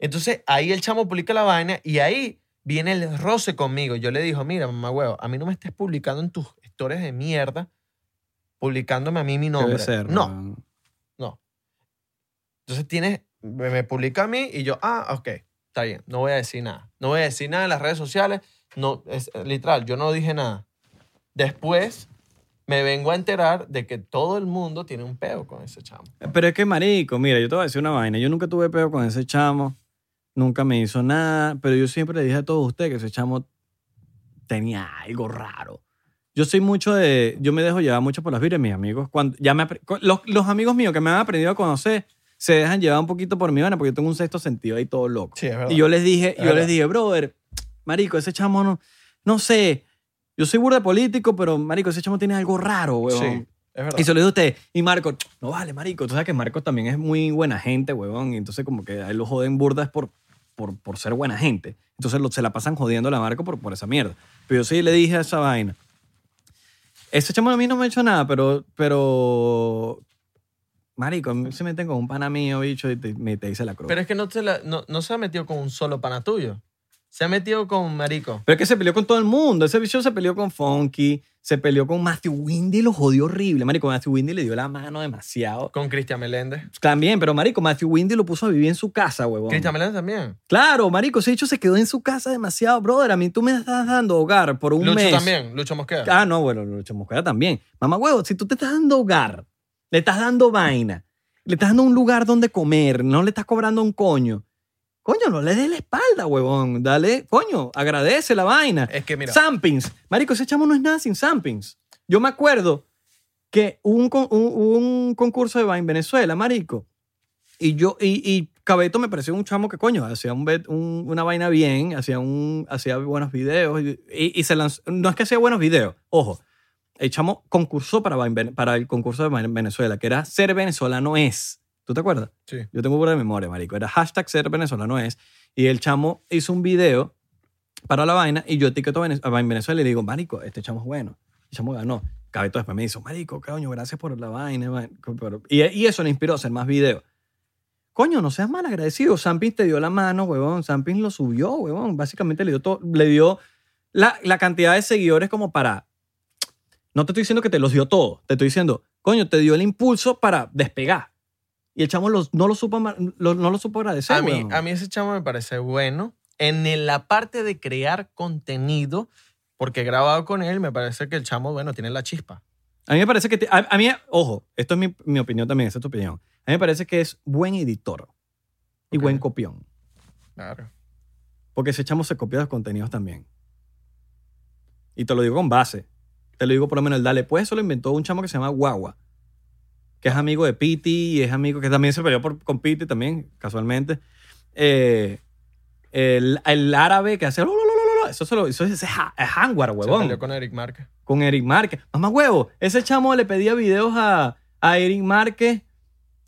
[SPEAKER 3] Entonces ahí el chamo publica la vaina y ahí viene el roce conmigo. Yo le digo, mira, mamá huevo, a mí no me estés publicando en tus historias de mierda, publicándome a mí mi nombre.
[SPEAKER 2] Debe ser.
[SPEAKER 3] no. Entonces tienes, me, me publica a mí y yo, ah, ok, está bien, no voy a decir nada. No voy a decir nada en las redes sociales. No, es eh, literal, yo no dije nada. Después me vengo a enterar de que todo el mundo tiene un peo con ese chamo.
[SPEAKER 2] Pero es que, marico, mira, yo te voy a decir una vaina. Yo nunca tuve peo con ese chamo. Nunca me hizo nada. Pero yo siempre le dije a todos ustedes que ese chamo tenía algo raro. Yo soy mucho de... Yo me dejo llevar mucho por las vibras de mis amigos. Cuando, ya me, apre- con- los, los amigos míos que me han aprendido a conocer se dejan llevar un poquito por mi vaina porque yo tengo un sexto sentido ahí todo loco.
[SPEAKER 3] Sí, es verdad.
[SPEAKER 2] Y yo les dije, yo
[SPEAKER 3] verdad.
[SPEAKER 2] les dije, brother, marico, ese chamo no... No sé, yo soy burda de político, pero marico, ese chamo tiene algo raro, weón.
[SPEAKER 3] Sí, es verdad.
[SPEAKER 2] Y se lo dijo a usted. Y Marco, no vale, marico. Tú sabes que Marco también es muy buena gente, huevón. Y entonces como que a él lo joden burdas por, por, por ser buena gente. Entonces lo- se la pasan jodiendo a la Marco por, por esa mierda. Pero yo sí le dije a esa vaina. Ese chamo a mí no me ha hecho nada, pero... pero marico, a mí se meten con un pana mío, bicho, y te, me, te dice la cruz.
[SPEAKER 3] Pero
[SPEAKER 2] Pero,
[SPEAKER 3] es que no, te la- no, no se ha metido con un solo pana tuyo. Se ha metido con Marico.
[SPEAKER 2] es que se peleó con todo el mundo. Ese bicho se peleó con Funky, se peleó con Matthew Windy, lo jodió horrible. Marico, Matthew Windy le dio la mano demasiado.
[SPEAKER 3] Con Cristian Meléndez.
[SPEAKER 2] Pues También, pero marico, Matthew Windy lo puso a vivir en su casa, huevón.
[SPEAKER 3] Cristian Meléndez también.
[SPEAKER 2] Claro, marico, ese hecho se quedó en su casa demasiado, brother. A mí tú me estás dando hogar por un
[SPEAKER 3] Lucho
[SPEAKER 2] mes.
[SPEAKER 3] también. Lucho Mosqueda.
[SPEAKER 2] Ah, no, bueno, Lucho Mosquera también. Mamá, huevo, si tú te estás dando hogar, le estás dando vaina, le estás dando un lugar donde comer, no le estás cobrando un coño. Coño, no le des la espalda, huevón. Dale, coño, agradece la vaina.
[SPEAKER 3] Es que mira.
[SPEAKER 2] Sampings. Marico, ese chamo no es nada sin Sampings. Yo me acuerdo que hubo un, con- un- hubo un concurso de Vine en Venezuela, marico. Y yo, y, y Cabeto me pareció un chamo que, coño, hacía un, bet- un- una vaina bien, hacía, un, hacía buenos videos. Y, y- y se lanzó. No es que hacía buenos videos, ojo. El chamo concursó para, Vine Ven- para el concurso de Vine en Venezuela, que era Ser venezolano es. ¿Tú te acuerdas?
[SPEAKER 3] Sí.
[SPEAKER 2] Yo tengo pura memoria, marico. Era hashtag Ser venezolano es. Y el chamo hizo un video para la vaina y yo etiqueto a Venez- a en Venezuela y le digo, marico, este chamo es bueno. El chamo ganó. Cabeto después me dice, marico, coño, gracias por la vaina. man". Pero- Y, y eso le inspiró a hacer más videos. Coño, no seas mal agradecido. Sampins te dio la mano, huevón. Sampins lo subió, huevón. Básicamente le dio, todo, le dio la, la cantidad de seguidores como para... No te estoy diciendo que te los dio todo. Te estoy diciendo, coño, te dio el impulso para despegar. Y el chamo los- no, lo supo, ama- lo- no lo supo agradecer,
[SPEAKER 3] a, mí,
[SPEAKER 2] huevón.
[SPEAKER 3] a mí ese chamo me parece bueno. En el- la parte de crear contenido, porque he grabado con él, me parece que el chamo, bueno, tiene la chispa.
[SPEAKER 2] A mí me parece que. te- a, a mí, ojo, esto es mi, mi opinión también, esa es tu opinión. A mí me parece que es buen editor y
[SPEAKER 3] Ok.
[SPEAKER 2] buen copión.
[SPEAKER 3] Claro.
[SPEAKER 2] Porque ese chamo se copia los contenidos también. Y te lo digo con base. Te lo digo por lo menos el Dale Pues, eso lo inventó un chamo que se llama Guagua. Que es amigo de Piti y es amigo que también se peleó por- con Piti también, casualmente. eh, el, el árabe que hace. "Lo, lo, lo, lo, lo", Eso, se lo- eso es, es ha- es Hanwar,
[SPEAKER 3] Se
[SPEAKER 2] huevón.
[SPEAKER 3] peleó con Eric Marca.
[SPEAKER 2] Con Eric Márquez. Mamá huevo, ese chamo le pedía videos a, a Eric Márquez.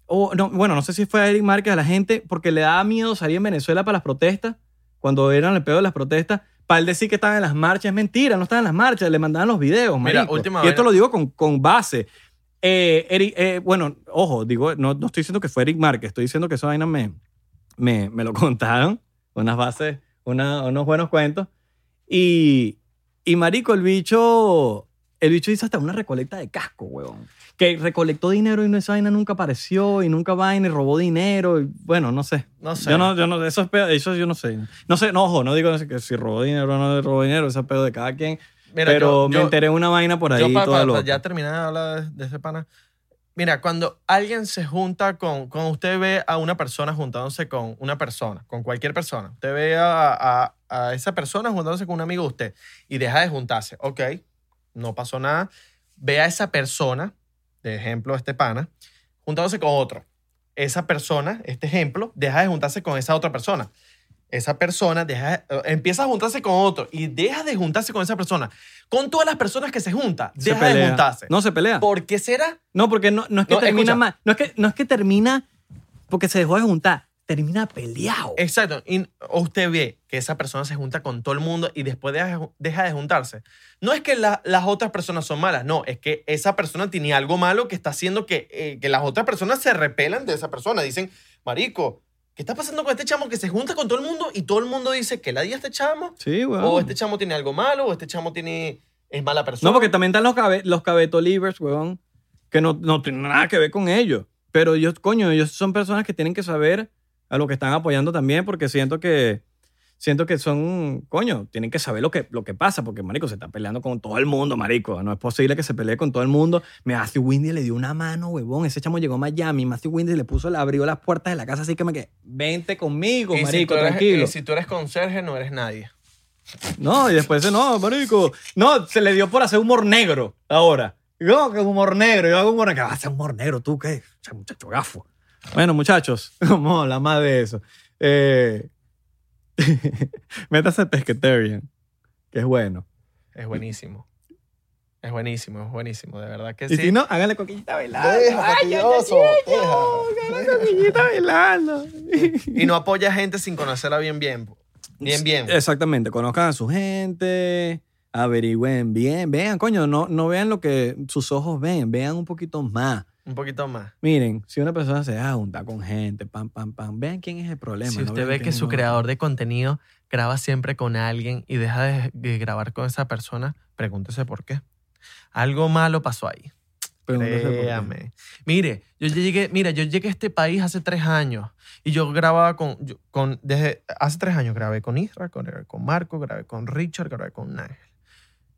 [SPEAKER 2] O, no, bueno, no sé si fue a Eric Márquez, a la gente, porque le daba miedo salir en Venezuela para las protestas, cuando eran el peor de las protestas, para él decir que estaban en las marchas. Es mentira, no estaban en las marchas, le mandaban los videos,
[SPEAKER 3] Mira,
[SPEAKER 2] marico.
[SPEAKER 3] última
[SPEAKER 2] y esto
[SPEAKER 3] vaina.
[SPEAKER 2] lo digo con, con base. Eh, Eric- eh, bueno, ojo, digo, no, no estoy diciendo que fue Eric Márquez, estoy diciendo que esa vaina me, me, me lo contaron, unas bases, una- unos buenos cuentos. Y, y marico, el bicho, el bicho hizo hasta una recolecta de casco, huevón. Que recolectó dinero y no, esa vaina nunca apareció y nunca vaina y robó dinero. y bueno, no sé.
[SPEAKER 3] No sé.
[SPEAKER 2] Yo no, yo no, eso es pedo, eso yo no sé. No sé, no, ojo, no digo que si robó dinero o no robó dinero, ese es pedo de cada quien.
[SPEAKER 3] Mira,
[SPEAKER 2] pero
[SPEAKER 3] yo-
[SPEAKER 2] me
[SPEAKER 3] yo-
[SPEAKER 2] enteré una vaina por ahí
[SPEAKER 3] Yo, para
[SPEAKER 2] toda loca.
[SPEAKER 3] ya terminé de hablar de, de ese pana. Mira, cuando alguien se junta con, cuando usted ve a una persona juntándose con una persona, con cualquier persona, usted ve a, a- a esa persona juntándose con un amigo de usted y deja de juntarse, ok, no pasó nada, ve a esa persona, de ejemplo, este pana, juntándose con otro. Esa persona, este ejemplo, deja de juntarse con esa otra persona. Esa persona deja, eh, empieza a juntarse con otro y deja de juntarse con esa persona. Con todas las personas que se junta,
[SPEAKER 2] Se
[SPEAKER 3] deja de
[SPEAKER 2] pelea.
[SPEAKER 3] juntarse.
[SPEAKER 2] No se pelea.
[SPEAKER 3] ¿Por qué será?
[SPEAKER 2] No, porque no, no es que
[SPEAKER 3] No,
[SPEAKER 2] termina
[SPEAKER 3] escucha.
[SPEAKER 2] mal. No es que, no es que termina porque se dejó de juntar. Termina peleado.
[SPEAKER 3] Exacto. Y usted ve que esa persona se junta con todo el mundo y después deja, deja de juntarse. No es que la- las otras personas son malas, no. Es que esa persona tiene algo malo que está haciendo que, eh, que las otras personas se repelan de esa persona. Dicen, marico, ¿qué está pasando con este chamo que se junta con todo el mundo y todo el mundo dice que la di a este chamo?
[SPEAKER 2] Sí, weón.
[SPEAKER 3] O este chamo tiene algo malo, o este chamo tiene, es mala persona.
[SPEAKER 2] No, porque también están los, cabe, los cabetolivers, weón, que no, no tienen nada que ver con ellos. Pero ellos, coño, ellos son personas que tienen que saber a lo que están apoyando también, porque siento que siento que son, coño, tienen que saber lo que, lo que pasa, porque, marico, se está peleando con todo el mundo, marico. No es posible que se pelee con todo el mundo. Me Matthew Windy le dio una mano, huevón. Ese chamo llegó a Miami. Matthew Windy le puso, le abrió las puertas de la casa, así que me quedé, vente conmigo,
[SPEAKER 3] Y si
[SPEAKER 2] marico,
[SPEAKER 3] tú eres-
[SPEAKER 2] tranquilo.
[SPEAKER 3] y si tú eres conserje, no eres nadie.
[SPEAKER 2] No, y después dice, no, marico. No, se le dio por hacer humor negro ahora. Yo, que humor negro, yo hago humor negro. ¿Qué vas a hacer humor negro tú qué? Ese muchacho gafo. Bueno, muchachos, vamos a hablar más de eso. Eh, métase a Pescatarian, que es bueno.
[SPEAKER 3] Es buenísimo. Es buenísimo, es buenísimo, de verdad que
[SPEAKER 2] Y
[SPEAKER 3] sí.
[SPEAKER 2] si no, háganle coquillita bailando.
[SPEAKER 1] Deja,
[SPEAKER 2] Ay, ay, ay,
[SPEAKER 1] fastidioso,
[SPEAKER 2] ay, ay,
[SPEAKER 1] deja.
[SPEAKER 2] háganle coquillita bailando.
[SPEAKER 3] Y no apoya gente sin conocerla bien bien. Bien bien.
[SPEAKER 2] Exactamente, conozcan a su gente, averigüen bien, vean, coño, no, no vean lo que sus ojos ven, vean un poquito más.
[SPEAKER 3] Un poquito más.
[SPEAKER 2] Miren, si una persona se deja juntar con gente, pam, pam, pam, vean quién es el problema.
[SPEAKER 3] Si
[SPEAKER 2] no
[SPEAKER 3] usted
[SPEAKER 2] vean
[SPEAKER 3] ve que
[SPEAKER 2] quién
[SPEAKER 3] su
[SPEAKER 2] no.
[SPEAKER 3] creador de contenido graba siempre con alguien y deja de, de grabar con esa persona, pregúntese por qué. Algo malo pasó ahí.
[SPEAKER 2] Pregúntese por qué.
[SPEAKER 3] Créame. Mire, yo ya llegué, mira, yo llegué a este país hace tres años y yo grababa con, yo- con desde hace tres años grabé con Isra, con, con Marco, grabé con Richard, grabé con Ángel.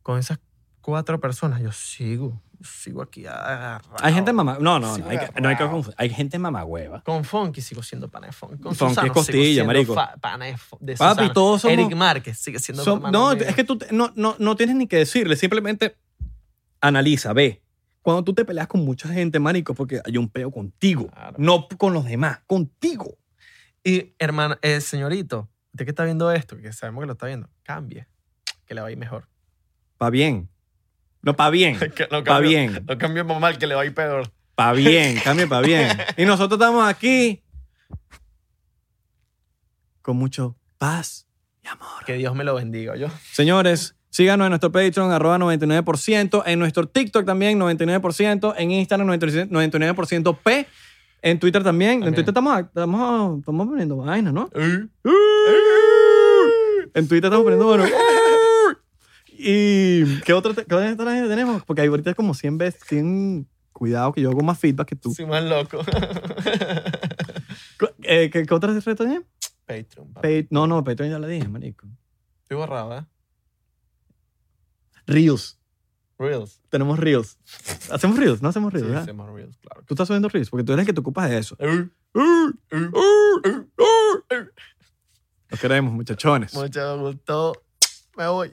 [SPEAKER 3] Con esas cuatro personas yo sigo, sigo aquí agarrado.
[SPEAKER 2] Hay gente mamá. No, no,
[SPEAKER 1] Sí,
[SPEAKER 2] no, hay, que,
[SPEAKER 1] claro.
[SPEAKER 2] no hay que confundir. Hay gente mamahueva.
[SPEAKER 3] Con Funky sigo siendo pana de Funky. Con
[SPEAKER 2] Funky
[SPEAKER 3] Susano
[SPEAKER 2] es costilla,
[SPEAKER 3] sigo siendo
[SPEAKER 2] marico.
[SPEAKER 3] fa- pana de, fu- de
[SPEAKER 2] Papi,
[SPEAKER 3] Susano.
[SPEAKER 2] todos somos-
[SPEAKER 3] Eric Márquez sigue siendo
[SPEAKER 2] Son-
[SPEAKER 3] hermano
[SPEAKER 2] no,
[SPEAKER 3] mío.
[SPEAKER 2] es que tú te- no, no, no tienes ni que decirle, simplemente analiza, ve. Cuando tú te peleas con mucha gente, marico, porque hay un peo contigo,
[SPEAKER 3] Claro.
[SPEAKER 2] no con los demás, contigo.
[SPEAKER 3] Y hermano, eh, señorito, usted que está viendo esto, que sabemos que lo está viendo, cambie, que le va a ir mejor.
[SPEAKER 2] Pa' bien. No, pa' bien.
[SPEAKER 3] Que lo
[SPEAKER 2] Pa'
[SPEAKER 3] cambio-
[SPEAKER 2] bien.
[SPEAKER 3] Lo cambiamos mal, que le va a ir peor.
[SPEAKER 2] Pa' bien. Cambia pa' bien. Y nosotros estamos aquí con mucho paz y amor.
[SPEAKER 3] Que Dios me lo bendiga, yo.
[SPEAKER 2] Señores, síganos en nuestro Patreon, arroba 99%, en nuestro TikTok también, 99%, en Instagram, 99%, 99% P, en Twitter también. En
[SPEAKER 3] También.
[SPEAKER 2] Twitter estamos, estamos, estamos poniendo vainas, ¿no?
[SPEAKER 3] Yo
[SPEAKER 2] En Twitter estamos poniendo bueno. ¿Y qué otra qué otra gente tenemos? Porque ahí ahorita es como 100 veces, 100... Cuidado que yo hago más feedback que tú.
[SPEAKER 3] Soy más loco.
[SPEAKER 2] Cu- eh, ¿qué, qué otra red tenemos?
[SPEAKER 3] Patreon, papi.
[SPEAKER 2] Pa- no, no, Patreon ya la dije, marico.
[SPEAKER 3] Estoy borrado, ¿eh?
[SPEAKER 2] Reels.
[SPEAKER 3] Reels.
[SPEAKER 2] Tenemos Reels. Hacemos Reels, no hacemos
[SPEAKER 3] Sí,
[SPEAKER 2] Reels, ¿verdad?
[SPEAKER 3] hacemos Reels, claro.
[SPEAKER 2] Tú estás subiendo Reels porque tú eres el que te ocupas de eso.
[SPEAKER 3] Eh, eh, eh, eh.
[SPEAKER 2] Los queremos, muchachones.
[SPEAKER 3] Mucho gusto. Me voy.